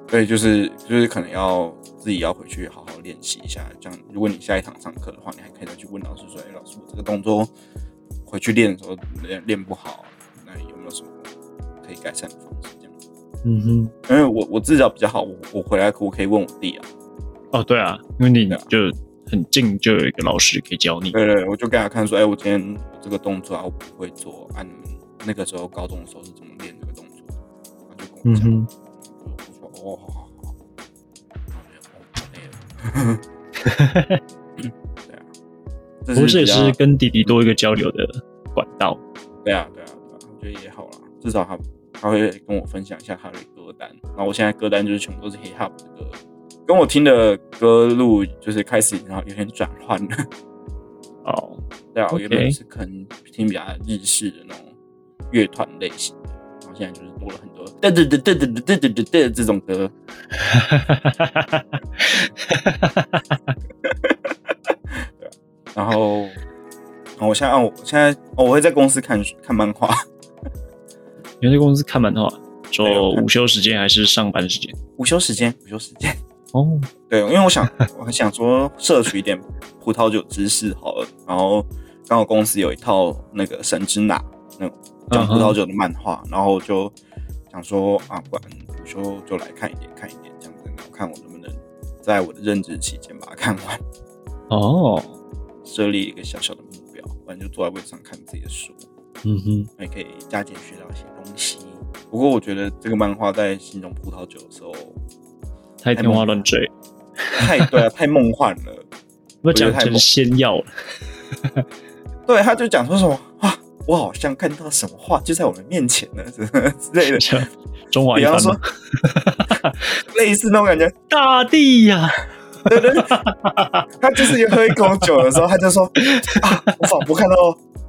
Speaker 1: 所以就是就是可能要自己要回去好好练习一下。这样，如果你下一堂上课的话，你还可以再去问老师说：“哎、老师，我这个动作回去练的时候练练不好，那有没有什么可以改善的方式？”这样，
Speaker 2: 嗯哼，
Speaker 1: 因为我我自己比较好，我我回来我可以问我弟啊。
Speaker 2: 哦，对啊，因为你
Speaker 1: 对啊
Speaker 2: 就很近就有一个老师可以教你。
Speaker 1: 对对，对我就给他看说：“哎、我今天我这个动作啊，我不会做，啊，你们那个时候高中的时候是怎么练这个动作的？”他就跟我
Speaker 2: 嗯
Speaker 1: 讲，
Speaker 2: 哼，
Speaker 1: 我就说：“哦，好好好。”然后我就哦好累了。对啊，这
Speaker 2: 不过这也
Speaker 1: 比较
Speaker 2: 是跟弟弟多一个交流的管道。
Speaker 1: 对啊，对啊，对啊，我觉得也好啦，至少他他会跟我分享一下他的歌单，然后我现在歌单就是全部都是 hip hop 的歌，跟我听的歌路就是开始然后有点转换了。
Speaker 2: 哦，
Speaker 1: 对啊，我
Speaker 2: OK
Speaker 1: 原本是可能听比较日式的那种乐团类型的，然后现在就是多了很多嘚嘚嘚嘚嘚嘚嘚嘚嘚这种歌。然后，然后我现在，啊我现在、哦我会在公司看看漫画，
Speaker 2: 原来公司看漫画，
Speaker 1: 没
Speaker 2: 说
Speaker 1: 有看
Speaker 2: 午休时间还是上班时间？
Speaker 1: 午休时间，午休时间。
Speaker 2: 哦，
Speaker 1: 对，因为我想，我很想说摄取一点葡萄酒知识好了。然后刚好公司有一套那个《神之拿》那种讲葡萄酒的漫画然后就想说啊，不然午休就来看一点，看一点这样子，然后看我能不能在我的任职期间把它看完，
Speaker 2: 哦，
Speaker 1: 设立一个小小的目标，不然就坐在位置上看自己的书，
Speaker 2: 嗯哼。
Speaker 1: 也可以加减学到一些东西。不过我觉得这个漫画在形容葡萄酒的时候，
Speaker 2: 太天花乱坠，
Speaker 1: 太对啊，太梦幻了。
Speaker 2: 我
Speaker 1: 觉得
Speaker 2: 讲
Speaker 1: 太
Speaker 2: 成
Speaker 1: 猛
Speaker 2: 仙药了。
Speaker 1: 对，他就讲说什么啊，我好像看到什么话就在我们面前呢，什么之类 的，
Speaker 2: 像中华一
Speaker 1: 比方
Speaker 2: 番
Speaker 1: 说
Speaker 2: 吗？
Speaker 1: 类似那种感觉。
Speaker 2: 大地呀、
Speaker 1: 对对，对 他就是有喝一口酒的时候，他就说啊，我仿佛看到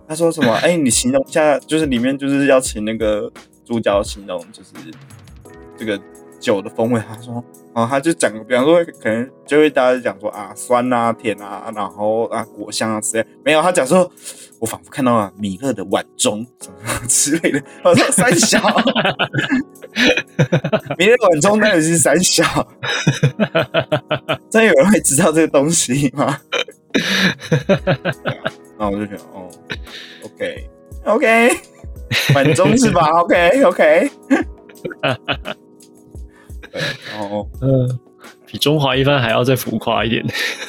Speaker 1: 他说什么，哎、你形容一下，就是里面就是要请那个主角形容，就是这个酒的风味。他说，啊，他就讲，比方说，可能就会大家讲说啊，酸啊、甜啊，然后啊，果香啊之类。没有，他讲说，我仿佛看到了米勒的碗中什么之类的。我说三小，米勒碗中当然是三小。真有人会知道这个东西吗？对啊然后我就觉得，哦，OK OK，满中是吧？OK OK，对，然后
Speaker 2: 嗯、比中华一番还要再浮夸一点。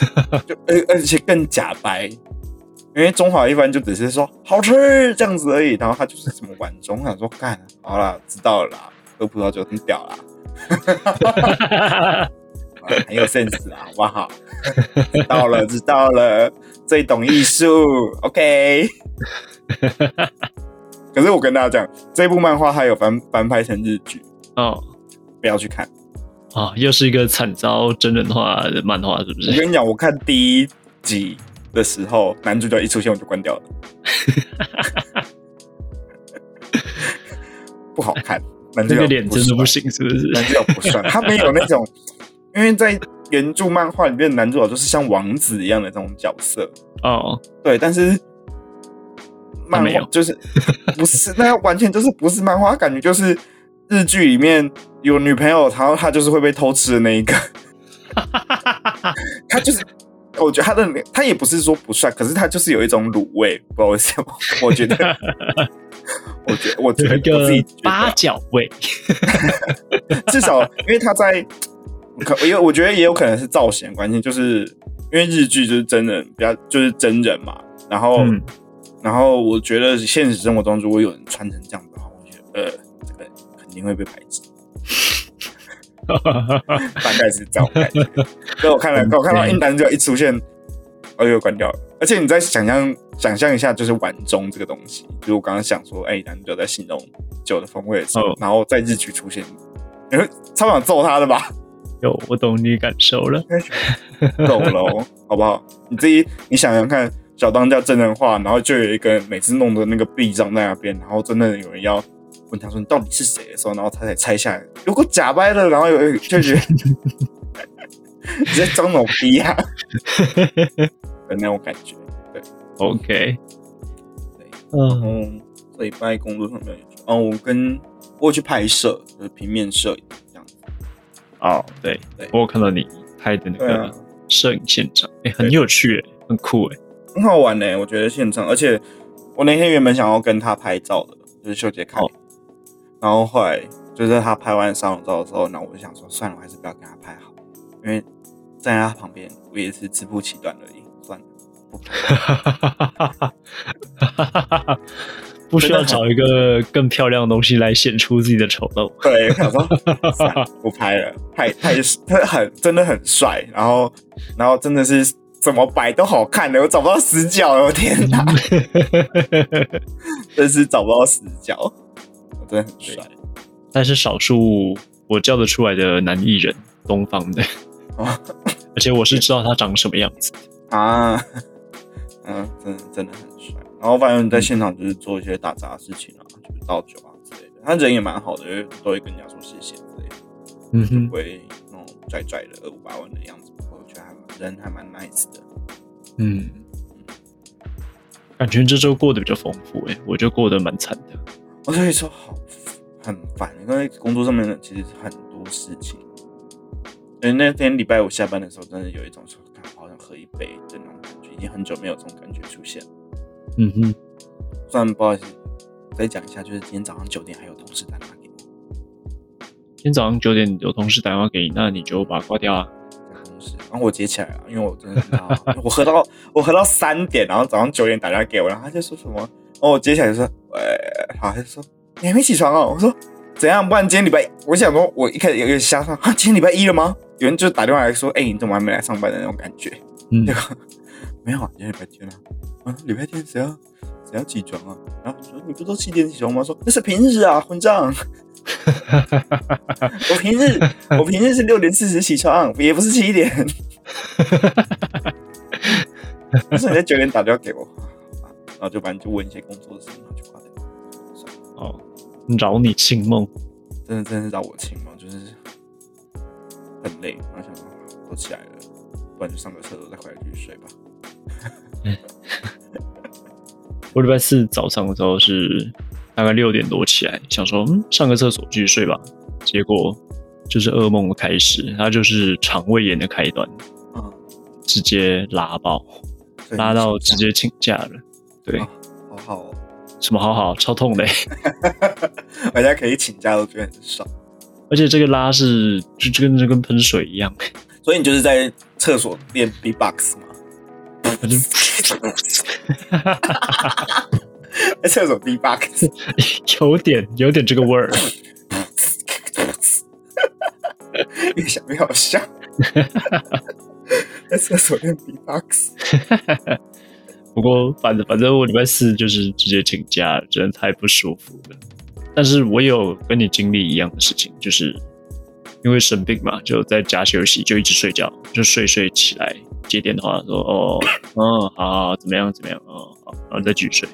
Speaker 1: 就而而且更假白，因为中华一般就只是说好吃这样子而已，然后他就是什么碗中，我想说干好啦，知道了啦，喝葡萄酒很屌啦，啊很有 sense 啊，好不好？ 知道了，知道了，最懂艺术，OK。可是我跟大家讲，这部漫画还有翻翻拍成日剧，
Speaker 2: 哦
Speaker 1: 不要去看。
Speaker 2: 啊，又是一个惨遭真人化的漫画，是不
Speaker 1: 我
Speaker 2: 是？
Speaker 1: 跟你讲，我看第一集的时候，男主角一出现我就关掉了，不好看。男主角
Speaker 2: 那个脸真的不
Speaker 1: 帅
Speaker 2: 行，是不是？
Speaker 1: 男主角不算，他没有那种，因为在原著漫画里面，男主角就是像王子一样的这种角色，
Speaker 2: 哦，
Speaker 1: 对，但是漫
Speaker 2: 没
Speaker 1: 画
Speaker 2: 有
Speaker 1: 就是不是，那完全就是不是漫画，感觉就是日剧里面有女朋友，然后他就是会被偷吃的那一个， 他就是。我觉得他的脸他也不是说不帅，可是他就是有一种卤味，不知道为什么。我觉得， 我觉得，我觉
Speaker 2: 有一
Speaker 1: 得我自己
Speaker 2: 个
Speaker 1: 觉得啊
Speaker 2: 八角味，
Speaker 1: 至少因为他在，可因为我觉得也有可能是造型的关系，就是因为日剧就是真人比较就是真人嘛，然后、
Speaker 2: 嗯，
Speaker 1: 然后我觉得现实生活中如果有人穿成这样的话，我觉得呃这个肯定会被排挤，
Speaker 2: 嗯
Speaker 1: 大概是这样感觉。所以我看了，我看到印男只要一出现，我就关掉了。而且你再想象想象一下，就是碗中这个东西，就是我刚刚想说，哎、男主角在形容酒的风味的时候，
Speaker 2: 哦
Speaker 1: 然后在日剧出现，你会超想揍他的吧？
Speaker 2: 有我懂你感受了，
Speaker 1: 狗楼，哦好不好？你自己你想想看，小当家真人化，然后就有一个人每次弄的那个臂章在那边，然后真的有人要问他说你到底是谁的时候，然后他才拆下来。如果假掰了，然后有就觉得你在装什么逼啊的那种感觉。
Speaker 2: OK，
Speaker 1: 对然
Speaker 2: 嗯，
Speaker 1: 后这礼拜工作上面有去，哦，我跟我有去拍摄，就是平面摄影这样子。
Speaker 2: 哦，对
Speaker 1: 对，
Speaker 2: 我有看到你拍的那
Speaker 1: 对啊
Speaker 2: 个。摄影现场，哎、很有趣、哎，很酷、哎，
Speaker 1: 很好玩呢、欸我觉得现场，而且我那天原本想要跟他拍照的，就是秀杰看，
Speaker 2: 哦
Speaker 1: 然后后来就是他拍完沙龙照的时候，然后我就想说，算了，我还是不要跟他拍好，因为站在他旁边，我也是自不其短而已，算了。不拍了
Speaker 2: 不需要找一个更漂亮的东西来显出自己的丑陋。
Speaker 1: 对，我想说算了不拍了，太太他很真的很帅，然后然后真的是怎么摆都好看的，我找不到死角了，我天哪，真是找不到死角，我真的很帅。
Speaker 2: 但是少数我叫得出来的男艺人，东方的，
Speaker 1: 哦
Speaker 2: 而且我是知道他长什么样子。
Speaker 1: 啊， 嗯，真的真的很帅。然后反正你在现场就是做一些打杂的事情啊，就是倒酒啊之类的。他人也蛮好的，因为都会跟人家说谢谢之类的，
Speaker 2: 嗯
Speaker 1: 不
Speaker 2: 哼，
Speaker 1: 会那种拽拽的五八万的样子。我觉得还蛮人还蛮 nice 的。
Speaker 2: 嗯，感觉这周过得比较丰富、哎，我就过得蛮惨的。
Speaker 1: 我哦所以说好很烦，因为工作上面其实很多事情。所以那天礼拜五下班的时候，真的有一种说，看好想喝一杯的那种感觉，已经很久没有这种感觉出现了。
Speaker 2: 嗯哼，
Speaker 1: 虽然不好意思，再讲一下，就是今天早上九点还有同事打电话给我，
Speaker 2: 今天早上九点有同事打电话给你，那你就把它挂掉啊。
Speaker 1: 在公司，然后我接起来了，因为我真的很好， 我喝到我喝到三点，然后早上九点打电话给我，然后他就说什么，然后我接起来就说，喂，好，他就说你还没起床哦，我说怎样，不然今天礼拜，我想说，我一开始有点瞎说，啊，今天礼拜一了吗？有人就打电话来说，哎、你怎么还没来上班的那种感觉，
Speaker 2: 嗯
Speaker 1: 结，果没有啊，今天礼拜天啊，啊，礼拜天谁要谁要起床啊？然后我说你不都七点起床吗？说那是平日啊，混账。 我平日我平日是六点四十起床，也不是七点。 他说你在九点打电话给我，啊然后就反正就问一些工作的事情，然后就挂掉。算了
Speaker 2: 哦，扰你清梦。
Speaker 1: 真的真的是让我清嘛，就是很累，然后想说我起来了，不然就上个厕所再回来继续睡吧。
Speaker 2: 我礼拜四早上的时候是大概六点多起来，想说嗯上个厕所继续睡吧，结果就是噩梦的开始，它就是肠胃炎的开端，
Speaker 1: 嗯，
Speaker 2: 直接拉爆，
Speaker 1: 所以你
Speaker 2: 拉到直
Speaker 1: 想
Speaker 2: 接请假了。对，
Speaker 1: 啊好好、哦，
Speaker 2: 什么好好，超痛的欸、
Speaker 1: 大家可以请假都觉得很爽。
Speaker 2: 而且这个拉是就就跟就跟喷水一样，
Speaker 1: 所以你就是在厕所练 B-box 嘛，
Speaker 2: 我就
Speaker 1: 在 厕所 B-box，
Speaker 2: 有点有点这个味儿。
Speaker 1: 越想越好笑。在厕所练 B-box，
Speaker 2: 不过反正反正我礼拜四就是直接请假，真的太不舒服了。但是我有跟你经历一样的事情，就是因为生病嘛，就在家休息，就一直睡觉，就睡睡起来接电话说哦嗯好怎么样怎么样哦好，然后再继续睡，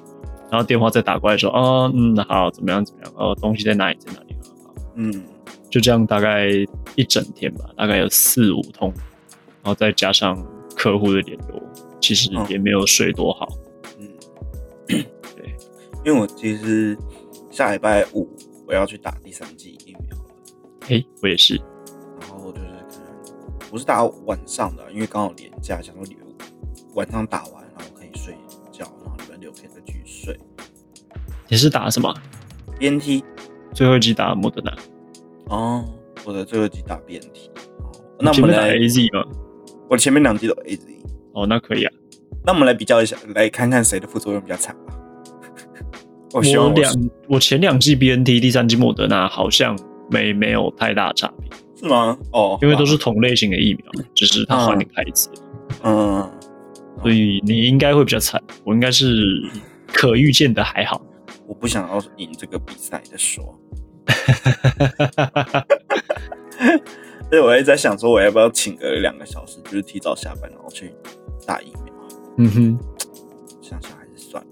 Speaker 2: 然后电话再打过来说哦嗯好怎么样怎么样哦东西在哪里在哪里哦好
Speaker 1: 嗯，
Speaker 2: 就这样大概一整天吧，大概有四五通，然后再加上客户的联络，其实也没有睡多好。
Speaker 1: 嗯因为我其实下礼拜五我要去打第三剂疫苗了，
Speaker 2: 嘿、我也是，
Speaker 1: 然后就是可能我是打晚上的，因为刚好连假，想说礼拜五晚上打完，然后可以睡觉，然后礼拜六可以再继续睡。
Speaker 2: 你是打什么？
Speaker 1: BNT
Speaker 2: 最后一季打莫德纳，
Speaker 1: 哦，我的最后一集打 BNT，哦那我
Speaker 2: 前
Speaker 1: 们
Speaker 2: 面打
Speaker 1: 来，
Speaker 2: A Z 吗？
Speaker 1: 我前面两集都 AZ，
Speaker 2: 哦，那可以啊。
Speaker 1: 那我们来比较一下，来看看谁的副作用比较惨吧。 我希望
Speaker 2: 我
Speaker 1: 我
Speaker 2: 两
Speaker 1: 是
Speaker 2: 我前两季 B N T，第三季莫德纳好像没没有太大差别，
Speaker 1: 是吗？哦，
Speaker 2: 因为都是同类型的疫苗，只是它换个牌子，
Speaker 1: 嗯，
Speaker 2: 所以你应该会比较惨。我应该是可预见的还好。
Speaker 1: 我不想要赢这个比赛的说，所以我一直在想说，我要不要请个两个小时，就是提早下班，然后去打疫苗。
Speaker 2: 嗯哼，
Speaker 1: 想想还是算了，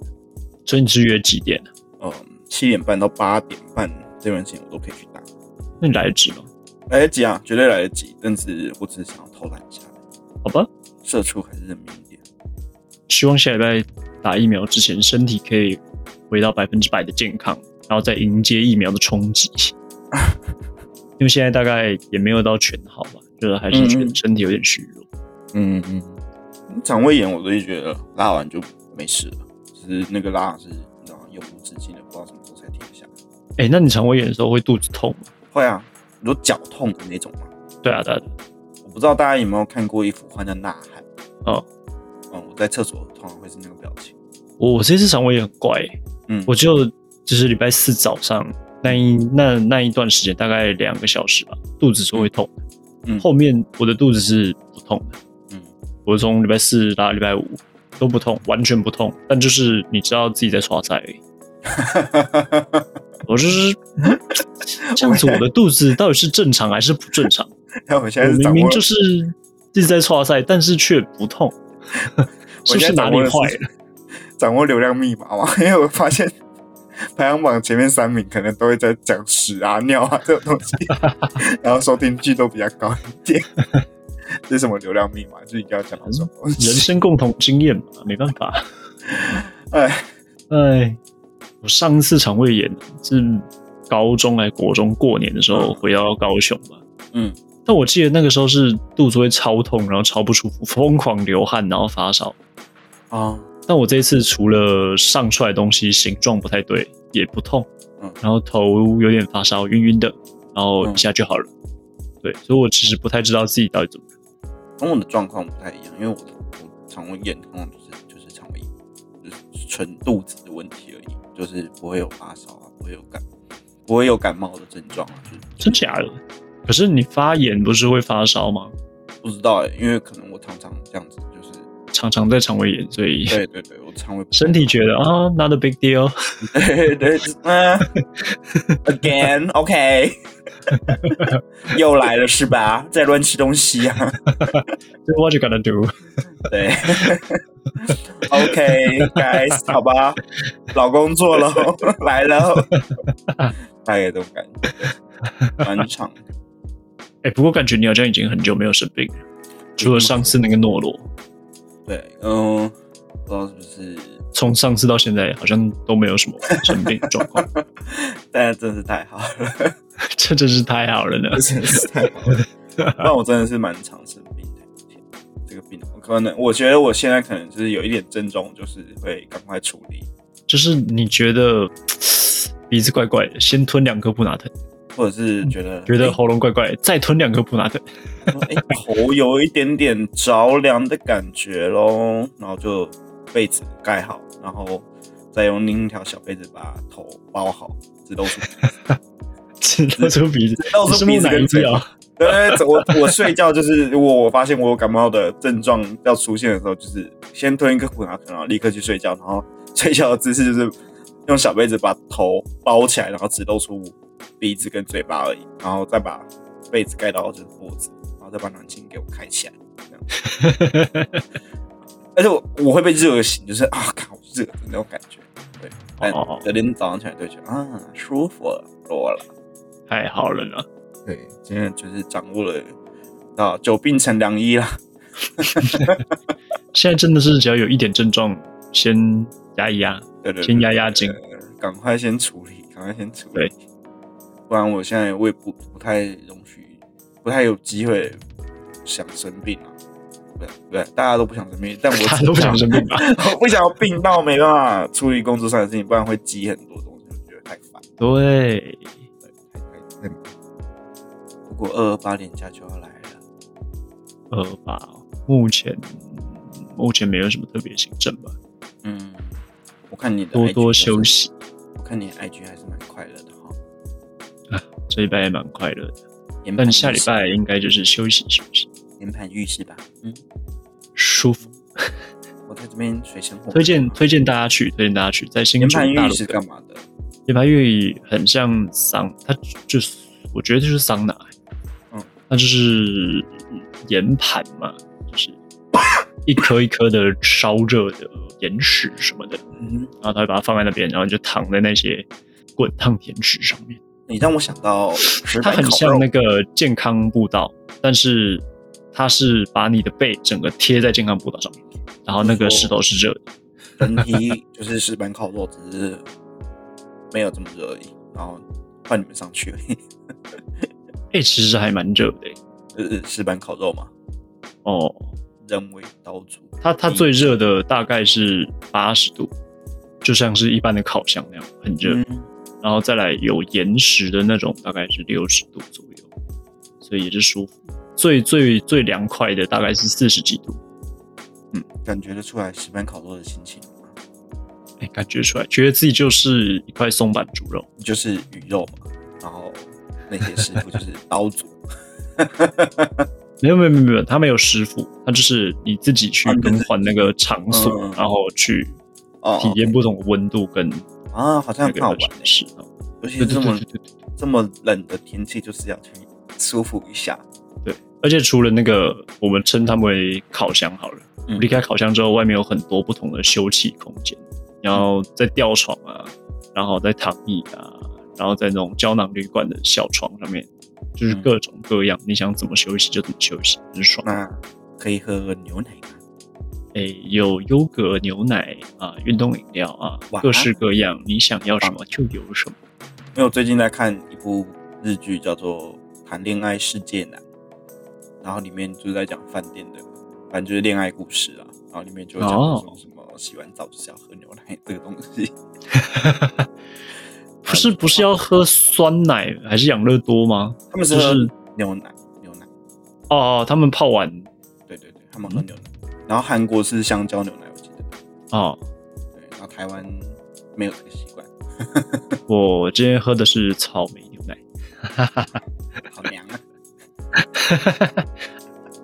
Speaker 2: 所以你是约几点？
Speaker 1: 嗯，七点半到八点半这段时间我都可以去打，
Speaker 2: 那你来得及吗？
Speaker 1: 来得及啊，绝对来得及。但是我只是想要偷懒一下，
Speaker 2: 好吧，
Speaker 1: 社畜还是认命一点。
Speaker 2: 希望下礼拜打疫苗之前，身体可以回到百分之百的健康，然后再迎接疫苗的冲击。 因为现在大概也没有到全好吧，就是还是觉
Speaker 1: 嗯
Speaker 2: 得
Speaker 1: 嗯
Speaker 2: 身体有点虚弱。
Speaker 1: 嗯嗯，肠胃炎我都觉得拉完就没事了，只是那个拉是你知道吗永无止境的，不知道什么时候才停得下来。
Speaker 2: 哎、那你肠胃炎的时候会肚子痛吗？
Speaker 1: 会啊，你说脚痛的那种吗？
Speaker 2: 对啊，对啊，对啊
Speaker 1: 我不知道大家有没有看过一幅画叫《呐喊》。
Speaker 2: 哦，
Speaker 1: 嗯，我在厕所通常会是那个表情。
Speaker 2: 我我这次肠胃炎很怪、欸，
Speaker 1: 嗯，
Speaker 2: 我就就是礼拜四早上那一那那一段时间，大概两个小时吧，肚子是会痛的。
Speaker 1: 嗯
Speaker 2: 后面我的肚子是不痛的。
Speaker 1: 嗯
Speaker 2: 我从礼拜四到礼拜五都不痛，完全不痛，但就是你知道自己在刷菜而已。我就是嗯这样子，我的肚子到底是正常还是不正 常？
Speaker 1: 那我现在
Speaker 2: 我
Speaker 1: 是
Speaker 2: 明
Speaker 1: 掌握
Speaker 2: 明就是一直在刷菜，但是却不痛，是
Speaker 1: 我
Speaker 2: 不
Speaker 1: 现
Speaker 2: 是
Speaker 1: 在
Speaker 2: 哪
Speaker 1: 掌
Speaker 2: 里
Speaker 1: 握的
Speaker 2: 坏
Speaker 1: 是
Speaker 2: 了？
Speaker 1: 掌握流量密码嘛，因为我发现排行榜前面三名可能都会在讲屎啊、尿啊这种东西， 然后收听率都比较高一点。 这是什么流量密码？就是一定要讲到这种东
Speaker 2: 人
Speaker 1: 西。
Speaker 2: 生共同经验嘛，没办法。
Speaker 1: 哎，
Speaker 2: 哎，我上次肠胃炎是高中还国中过年的时候
Speaker 1: 嗯
Speaker 2: 回到高雄嘛，
Speaker 1: 嗯，
Speaker 2: 但我记得那个时候是肚子会超痛，然后超不舒服，疯狂流汗，然后发烧。
Speaker 1: 啊，
Speaker 2: 但我这一次除了上出来的东西形状不太对，也不痛，
Speaker 1: 嗯
Speaker 2: 然后头有点发烧，晕晕的，然后一下就好了。对，所以我其实不太知道自己到底怎么了。
Speaker 1: 跟我的状况不太一样，因为我的我肠胃炎通常就是就是肠胃炎，就是纯肚子的问题而已，就是不会有发烧啊，不会有感，不会有感冒的症状啊，就是
Speaker 2: 真假的？可是你发炎不是会发烧吗？
Speaker 1: 不知道哎、因为可能我常常这样子，就是
Speaker 2: 常常在肠胃炎，所以
Speaker 1: 对对对，我肠胃不
Speaker 2: 身体觉得啊，not a big deal。
Speaker 1: 对对，嗯、，again，OK，、又来了是吧？在乱吃东西啊？
Speaker 2: So what you gonna do？
Speaker 1: 对 ，OK，guys，、好吧，老工作喽，来 喽，大概这种感觉，对蛮长的。
Speaker 2: 哎、不过感觉你好像已经很久没有生病了，
Speaker 1: 嗯
Speaker 2: 除了上次那个诺罗，
Speaker 1: 对，嗯，不知道是不是，
Speaker 2: 从上次到现在好像都没有什么生病的状况，
Speaker 1: 大家真是太好了，
Speaker 2: 这真是太好 了呢。
Speaker 1: 真是太好了，不然我真的是蛮常生病的。天这个病，我可能我觉得我现在可能就是有一点症状，就是会赶快处理，
Speaker 2: 就是你觉得嘖鼻子怪怪的，先吞两颗布拿疼，
Speaker 1: 或者是觉得
Speaker 2: 觉得喉咙怪怪的，再吞两颗布拿疼。
Speaker 1: 哎、诶头有一点点着凉的感觉咯，然后就被子盖好，然后再用另一条小被子把头包好，只露出
Speaker 2: 只露出鼻子，
Speaker 1: 露出
Speaker 2: 你是
Speaker 1: 鼻
Speaker 2: 木
Speaker 1: 子
Speaker 2: 乃
Speaker 1: 跟
Speaker 2: 伊
Speaker 1: 嘴
Speaker 2: 啊？
Speaker 1: 对，呃我我睡觉就是我我发现我有感冒的症状要出现的时候，就是先吞一颗苦拿疼，然后立刻去睡觉，然后睡觉的姿势就是用小被子把头包起来，然后只露出鼻子跟嘴巴而已，然后再把被子盖到就是脖子，然后再把暖气给我开起来。 而且我我会被热醒，就是啊，看我热的那种感觉。对，但
Speaker 2: 哦
Speaker 1: 隔天早上起来就觉得啊，舒服了多了。
Speaker 2: 太好了呢！
Speaker 1: 对，真的就是掌握了啊，久病成良医啦。
Speaker 2: 现在真的是只要有一点症状，先压一压。
Speaker 1: 对对对，
Speaker 2: 先压压惊
Speaker 1: 对，对对赶快先处理，赶快先处理。
Speaker 2: 对，
Speaker 1: 不然我现在我也不不太容许，不太有机会想生病啊。对对，大家都不想生病，但我
Speaker 2: 大家都不想生病吧？
Speaker 1: 我 不想要病到没办法处理工作上的事情，不然会积很多东西，我觉得太烦。
Speaker 2: 对，
Speaker 1: 太太太麻烦。不过二二八年假就要来了，
Speaker 2: 呃吧，目前目前没有什么特别行政吧，
Speaker 1: 嗯，我看你的
Speaker 2: 多多
Speaker 1: IG 还是
Speaker 2: 休，息。
Speaker 1: 我看你的 IG 还是蛮快乐的哈。
Speaker 2: 这礼拜也蛮快乐
Speaker 1: 嗯
Speaker 2: 的，
Speaker 1: 研
Speaker 2: 但
Speaker 1: 判
Speaker 2: 下
Speaker 1: 预
Speaker 2: 礼
Speaker 1: 示
Speaker 2: 拜应该就是休息休息，
Speaker 1: 研盘预示吧，嗯，
Speaker 2: 舒服。
Speaker 1: 我在这边水深火热
Speaker 2: 推荐推荐大家去，推荐大家去，在新
Speaker 1: 研
Speaker 2: 竹
Speaker 1: 盘
Speaker 2: 大
Speaker 1: 预
Speaker 2: 陆
Speaker 1: 示
Speaker 2: 的
Speaker 1: 干嘛的？
Speaker 2: 野白越野很像桑，它就是我觉得就是桑拿，
Speaker 1: 嗯，
Speaker 2: 它就是岩盘嘛，就是一颗一颗的烧热的岩石什么的，
Speaker 1: 嗯，
Speaker 2: 然后它会把它放在那边，然后你就躺在那些滚烫岩石上面，
Speaker 1: 你让我想到石
Speaker 2: 它
Speaker 1: 板
Speaker 2: 很
Speaker 1: 烤
Speaker 2: 像
Speaker 1: 肉
Speaker 2: 那，个健康步道，但是它是把你的背整个贴在健康步道上面，然后那
Speaker 1: 哦
Speaker 2: 个石头是热的，
Speaker 1: 人体就是石板烤肉，只是没有这么热而已。然后换你们上去而已，
Speaker 2: 哎、其实还蛮热的、
Speaker 1: 就是石板烤肉嘛，
Speaker 2: 哦。
Speaker 1: 人为刀俎。
Speaker 2: 它它
Speaker 1: 你
Speaker 2: 最热的大概是八十度，就像是一般的烤箱那样，很热。
Speaker 1: 嗯
Speaker 2: 然后再来有延时的那种，大概是六十度左右，所以也是舒服。最最最凉快的大概是四十几度，
Speaker 1: 感觉得出来石板烤肉的心情吗，
Speaker 2: 哎，感觉出来，觉得自己就是一块松板猪肉，
Speaker 1: 就是鱼肉嘛，然后那些师傅就是 刀俎，
Speaker 2: 没有没有没有没有，他没有师傅，他就是你自己去
Speaker 1: 啊你自己
Speaker 2: 更换那个场所，
Speaker 1: 嗯
Speaker 2: 然后去
Speaker 1: 哦
Speaker 2: 体验不同的温度跟
Speaker 1: 啊，好像
Speaker 2: 那
Speaker 1: 很好
Speaker 2: 个
Speaker 1: 玩欸
Speaker 2: 是，
Speaker 1: 尤其是
Speaker 2: 对对
Speaker 1: 这
Speaker 2: 对
Speaker 1: 么
Speaker 2: 对对。
Speaker 1: 这么冷的天气，就是要去舒服一下。
Speaker 2: 而且除了那个，我们称它们为烤箱好了。
Speaker 1: 嗯
Speaker 2: 离开烤箱之后，外面有很多不同的休憩空间，然后在吊床啊，然后在躺椅啊，然后在那种胶囊旅馆的小床上面，就是各种各样，你想怎么休息就怎么休息，很爽。
Speaker 1: 嗯那可以喝牛奶吗？
Speaker 2: 哎，有优格、牛奶啊，运动饮料啊
Speaker 1: 哇，
Speaker 2: 各式各样，你想要什么就有什么。
Speaker 1: 因为我最近在看一部日剧，叫做《谈恋爱世界男》，然后里面就是在讲饭店的，反正就是恋爱故事啊。然后里面就会讲
Speaker 2: 哦
Speaker 1: 说什么洗完澡就是要喝牛奶这个东西，
Speaker 2: 不是不是要喝酸奶还是养乐多吗？
Speaker 1: 他们是
Speaker 2: 就
Speaker 1: 喝
Speaker 2: 是
Speaker 1: 牛奶，牛奶，
Speaker 2: 哦，他们泡完
Speaker 1: 对对对，他们喝牛奶。然后韩国是香蕉牛奶，我记得，
Speaker 2: 哦，
Speaker 1: 对，然后台湾没有这个习惯，
Speaker 2: 我今天喝的是草莓牛奶。
Speaker 1: 好娘啊！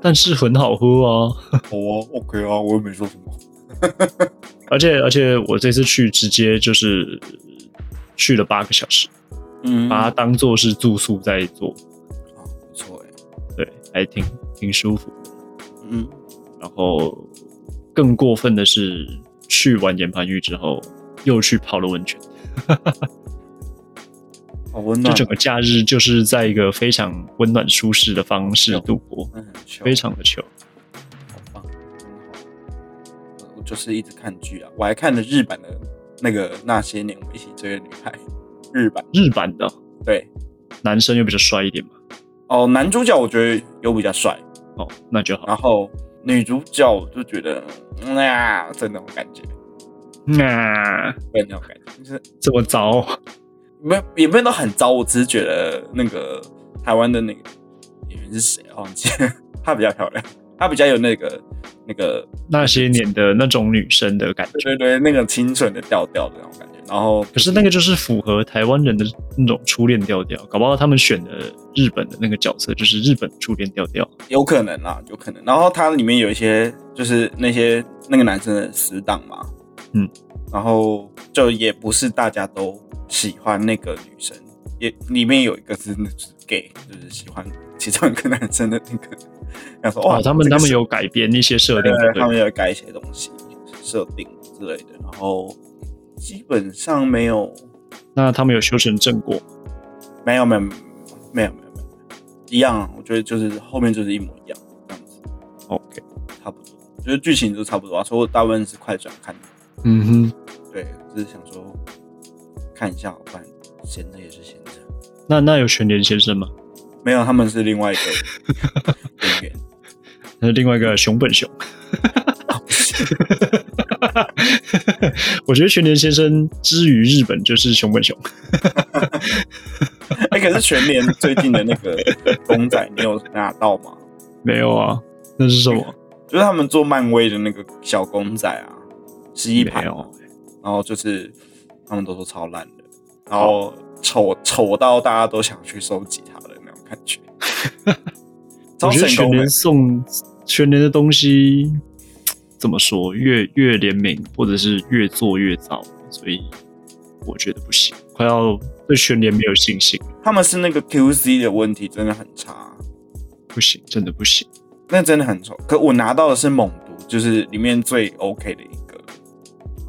Speaker 2: 但是很好喝啊！
Speaker 1: 好啊，OK 啊，我又没说什么。
Speaker 2: 而且而且我这次去直接就是去了八个小时，
Speaker 1: 嗯，
Speaker 2: 把它当做是住宿在做，
Speaker 1: 哦不错哎、
Speaker 2: 对，还挺挺舒服的。
Speaker 1: 嗯，
Speaker 2: 然后更过分的是，去完岩盘浴之后又去泡了温泉，
Speaker 1: 好温
Speaker 2: 就
Speaker 1: 暖，哦
Speaker 2: 整个假日就是在一个非常温暖舒适的方式度过，
Speaker 1: 嗯，很秀
Speaker 2: 非常的球。
Speaker 1: 好棒，真好。我我就是一直看剧啊，我还看了日版的那个《那些年我们一起追的女孩》，日版
Speaker 2: 日版的
Speaker 1: 对
Speaker 2: 男生又比较帅一点嘛，
Speaker 1: 哦，男主角我觉得有比较帅，
Speaker 2: 哦，那就好。
Speaker 1: 然后女主角我就觉得嗯啊，这那种感觉，
Speaker 2: 那、
Speaker 1: 对那种感觉，就是
Speaker 2: 这么早，
Speaker 1: 没有也没有到很糟，我只是啊觉得那个台湾的那个演员是谁忘记了，她比较漂亮，她比较有那个那个，
Speaker 2: 那些年的那种女生的感
Speaker 1: 对
Speaker 2: 觉。
Speaker 1: 对对，那个清纯的调调的那种感觉。然后
Speaker 2: 可是那个就是符合台湾人的那种初恋调调，搞不好他们选的日本的那个角色就是日本初恋调调。
Speaker 1: 有可能啦，有可能。然后它里面有一些就是那些那个男生的死党嘛，
Speaker 2: 嗯，
Speaker 1: 然后就也不是大家都喜欢那个女生，也里面有一个是就是 gay，就是喜欢其中一个男生的那个，然后说哇，
Speaker 2: 哦，他们
Speaker 1: 这个
Speaker 2: 他们
Speaker 1: 是哎
Speaker 2: 有改编一些设定，
Speaker 1: 对，
Speaker 2: 对
Speaker 1: 他们有改一些东西设定之类的，然后基本上没有
Speaker 2: 那他们有修成正果。
Speaker 1: 没有没有没有没有没有一样啊，我觉得就是后面就是一模一样这样子，
Speaker 2: 哦 OK，
Speaker 1: 差不多，我觉得剧情就差不多啊，所以我大部分是快转看的，
Speaker 2: 嗯哼，
Speaker 1: 对，只是想说看一下，不然闲着也是闲着。
Speaker 2: 那那有全联先生吗？
Speaker 1: 没有，他们是另外一个 演员，
Speaker 2: 那另外一个熊本熊。我觉得全联先生之于日本就是熊本熊，
Speaker 1: 哎、可是全年最近的那个公仔，你有拿到吗？
Speaker 2: 没有啊？那是什么？
Speaker 1: 就是他们做漫威的那个小公仔啊，十一
Speaker 2: 没
Speaker 1: 盘，
Speaker 2: 有。啊
Speaker 1: 然后就是他们都说超烂的，然后丑丑到大家都想去收集它的那种感 觉，超
Speaker 2: 我觉得
Speaker 1: 成
Speaker 2: 全
Speaker 1: 功的
Speaker 2: 年。送全年的东西怎么说，越越联名或者是越做越糟，所以我觉得不行，快要对全年没有信心，
Speaker 1: 他们是那个 QC 的问题真的很差，
Speaker 2: 不行，真的不行。
Speaker 1: 那真的很丑。可我拿到的是猛毒，就是里面最 OK 的一个，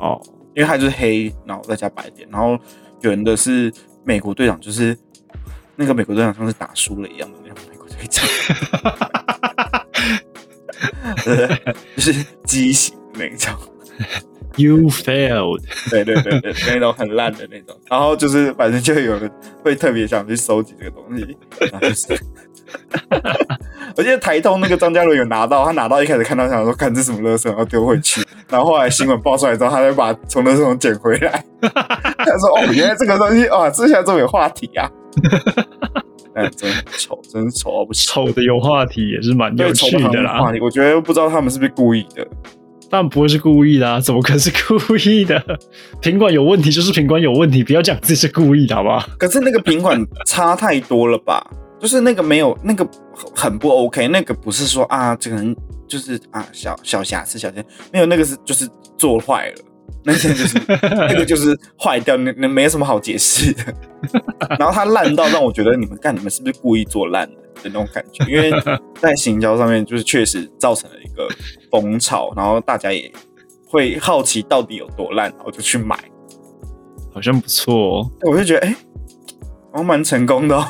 Speaker 2: 哦，
Speaker 1: 因为它就是黑，然后再加白点，然后圆的是美国队长，就是那个美国队长像是打输了一样的那种美国队长。 对，就是畸形的那种，
Speaker 2: You failed，
Speaker 1: 对对对对，那种很烂的那种。然后就是反正就有人会特别想去收集这个东西，然后就是。 我记得台通那个张嘉伦有拿到，他拿到一开始看到想说，看这什么垃圾，然后丢回去。然后后来新闻爆出来之后，他就把从垃圾桶捡回来。 他说：“哦，原来这个东西啊，这下这么有话题啊。”但真的很丑，真的丑到不行。
Speaker 2: 丑的有话题也是 蛮有
Speaker 1: 对丑
Speaker 2: 趣
Speaker 1: 到
Speaker 2: 的
Speaker 1: 很有话
Speaker 2: 啦，
Speaker 1: 题，我觉得不知道他们是不是故意的。
Speaker 2: 但不会是故意的、啊，怎么可能是故意的？品管有问题就是品管有问题，不要讲自己是故意的，好不好？
Speaker 1: 可是那个品管差太多了吧？就是那个没有那个很不 OK，那个不是说啊，这个人就是啊小小瑕疵小瑕疵，没有那个是就是做坏了，那些就是那个就是坏掉，那那没什么好解释的。然后它烂到让我觉得你们干你们是不是故意做烂的那种感觉？因为在行销上面就是确实造成了一个风潮，然后大家也会好奇到底有多烂，然后就去买。
Speaker 2: 好像不错、哦，
Speaker 1: 我就觉得，哎、好像蛮成功的、 哦。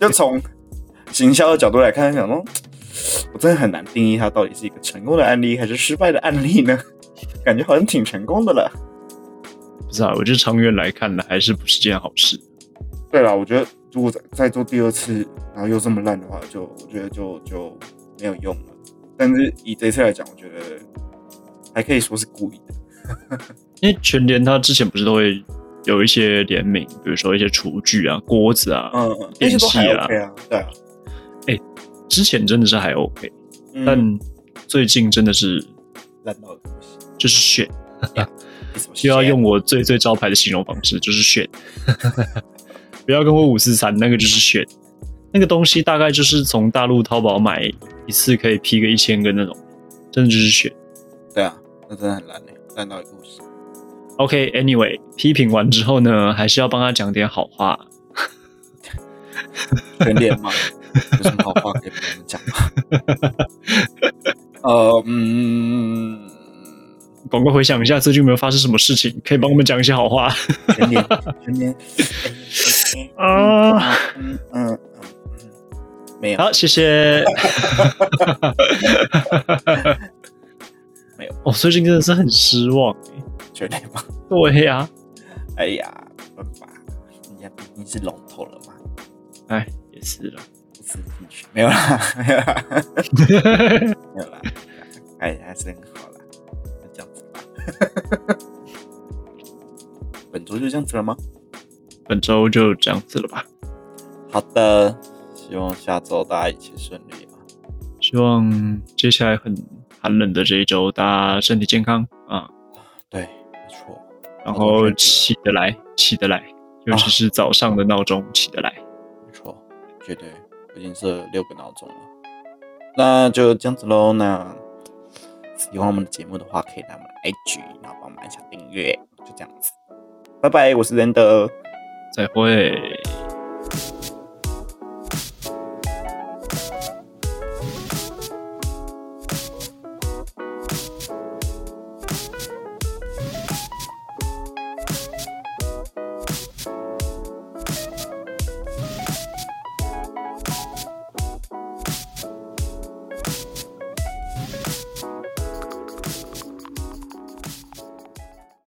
Speaker 1: 就从行销的角度来看，想说，我真的很难定义它到底是一个成功的案例还是失败的案例呢？ 感觉好像挺成功的了。
Speaker 2: 不是啊，我觉得长远来看呢，还是不是件好事。
Speaker 1: 对了，我觉得如果再再做第二次，然后又这么烂的话，就我觉得就就没有用了。但是以这次来讲，我觉得还可以说是故意的。
Speaker 2: 因为全联它之前不是都会有一些联名，比如说一些厨具啊、锅子啊，
Speaker 1: 嗯，嗯那些都还
Speaker 2: 电器啊
Speaker 1: OK 啊，对啊。
Speaker 2: 之前真的是还 OK，、
Speaker 1: 嗯
Speaker 2: 但最近真的是
Speaker 1: 烂到的东西
Speaker 2: 就是 shit，
Speaker 1: 为什么
Speaker 2: 就要
Speaker 1: 现在
Speaker 2: 用我最最招牌的形容方式，就是 shit。不要跟我五四三，那个就是 shit，那个东西大概就是从大陆淘宝买一次可以批个一千个那种，真的就是 shit。
Speaker 1: 对啊，那真的很烂诶、烂到一个不行。
Speaker 2: OK，Anyway，、批评完之后呢，还是要帮他讲点好话。
Speaker 1: 全脸吗？有什么好话可以跟我们讲吗？呃，嗯，
Speaker 2: 赶快回想一下最近有没有发生什么事情，可以帮我们讲一些好话。
Speaker 1: 全脸，全脸，
Speaker 2: 啊
Speaker 1: 嗯嗯嗯嗯，嗯没有，
Speaker 2: 好，谢 谢。
Speaker 1: 没有，
Speaker 2: 我、最近真的是很失望。
Speaker 1: 全脸吗？
Speaker 2: 对啊呀、
Speaker 1: 哎呀，没办法，人家毕竟是龙头了嘛，
Speaker 2: 哎，也是了。
Speaker 1: 不吃进去，没有啦，没有啦，没有啦，哎，还是很好啦，那这样子吧，本周就这样子了吗？
Speaker 2: 本周就这样子了吧，
Speaker 1: 好的，希望下周大家一切顺利啊。
Speaker 2: 希望接下来很寒冷的这一周，大家身体健康啊，
Speaker 1: 对，没错。
Speaker 2: 然
Speaker 1: 好
Speaker 2: 后
Speaker 1: 身体
Speaker 2: 起得来，起得来，尤其是早上的闹钟起得来。
Speaker 1: 没错，绝对，我已经设六个闹钟了。那就这样子喽。那喜欢我们的节目的话，可以来我们的 IG，然后帮我们按下订阅，就这样子。拜拜，我是仁德。
Speaker 2: 再会。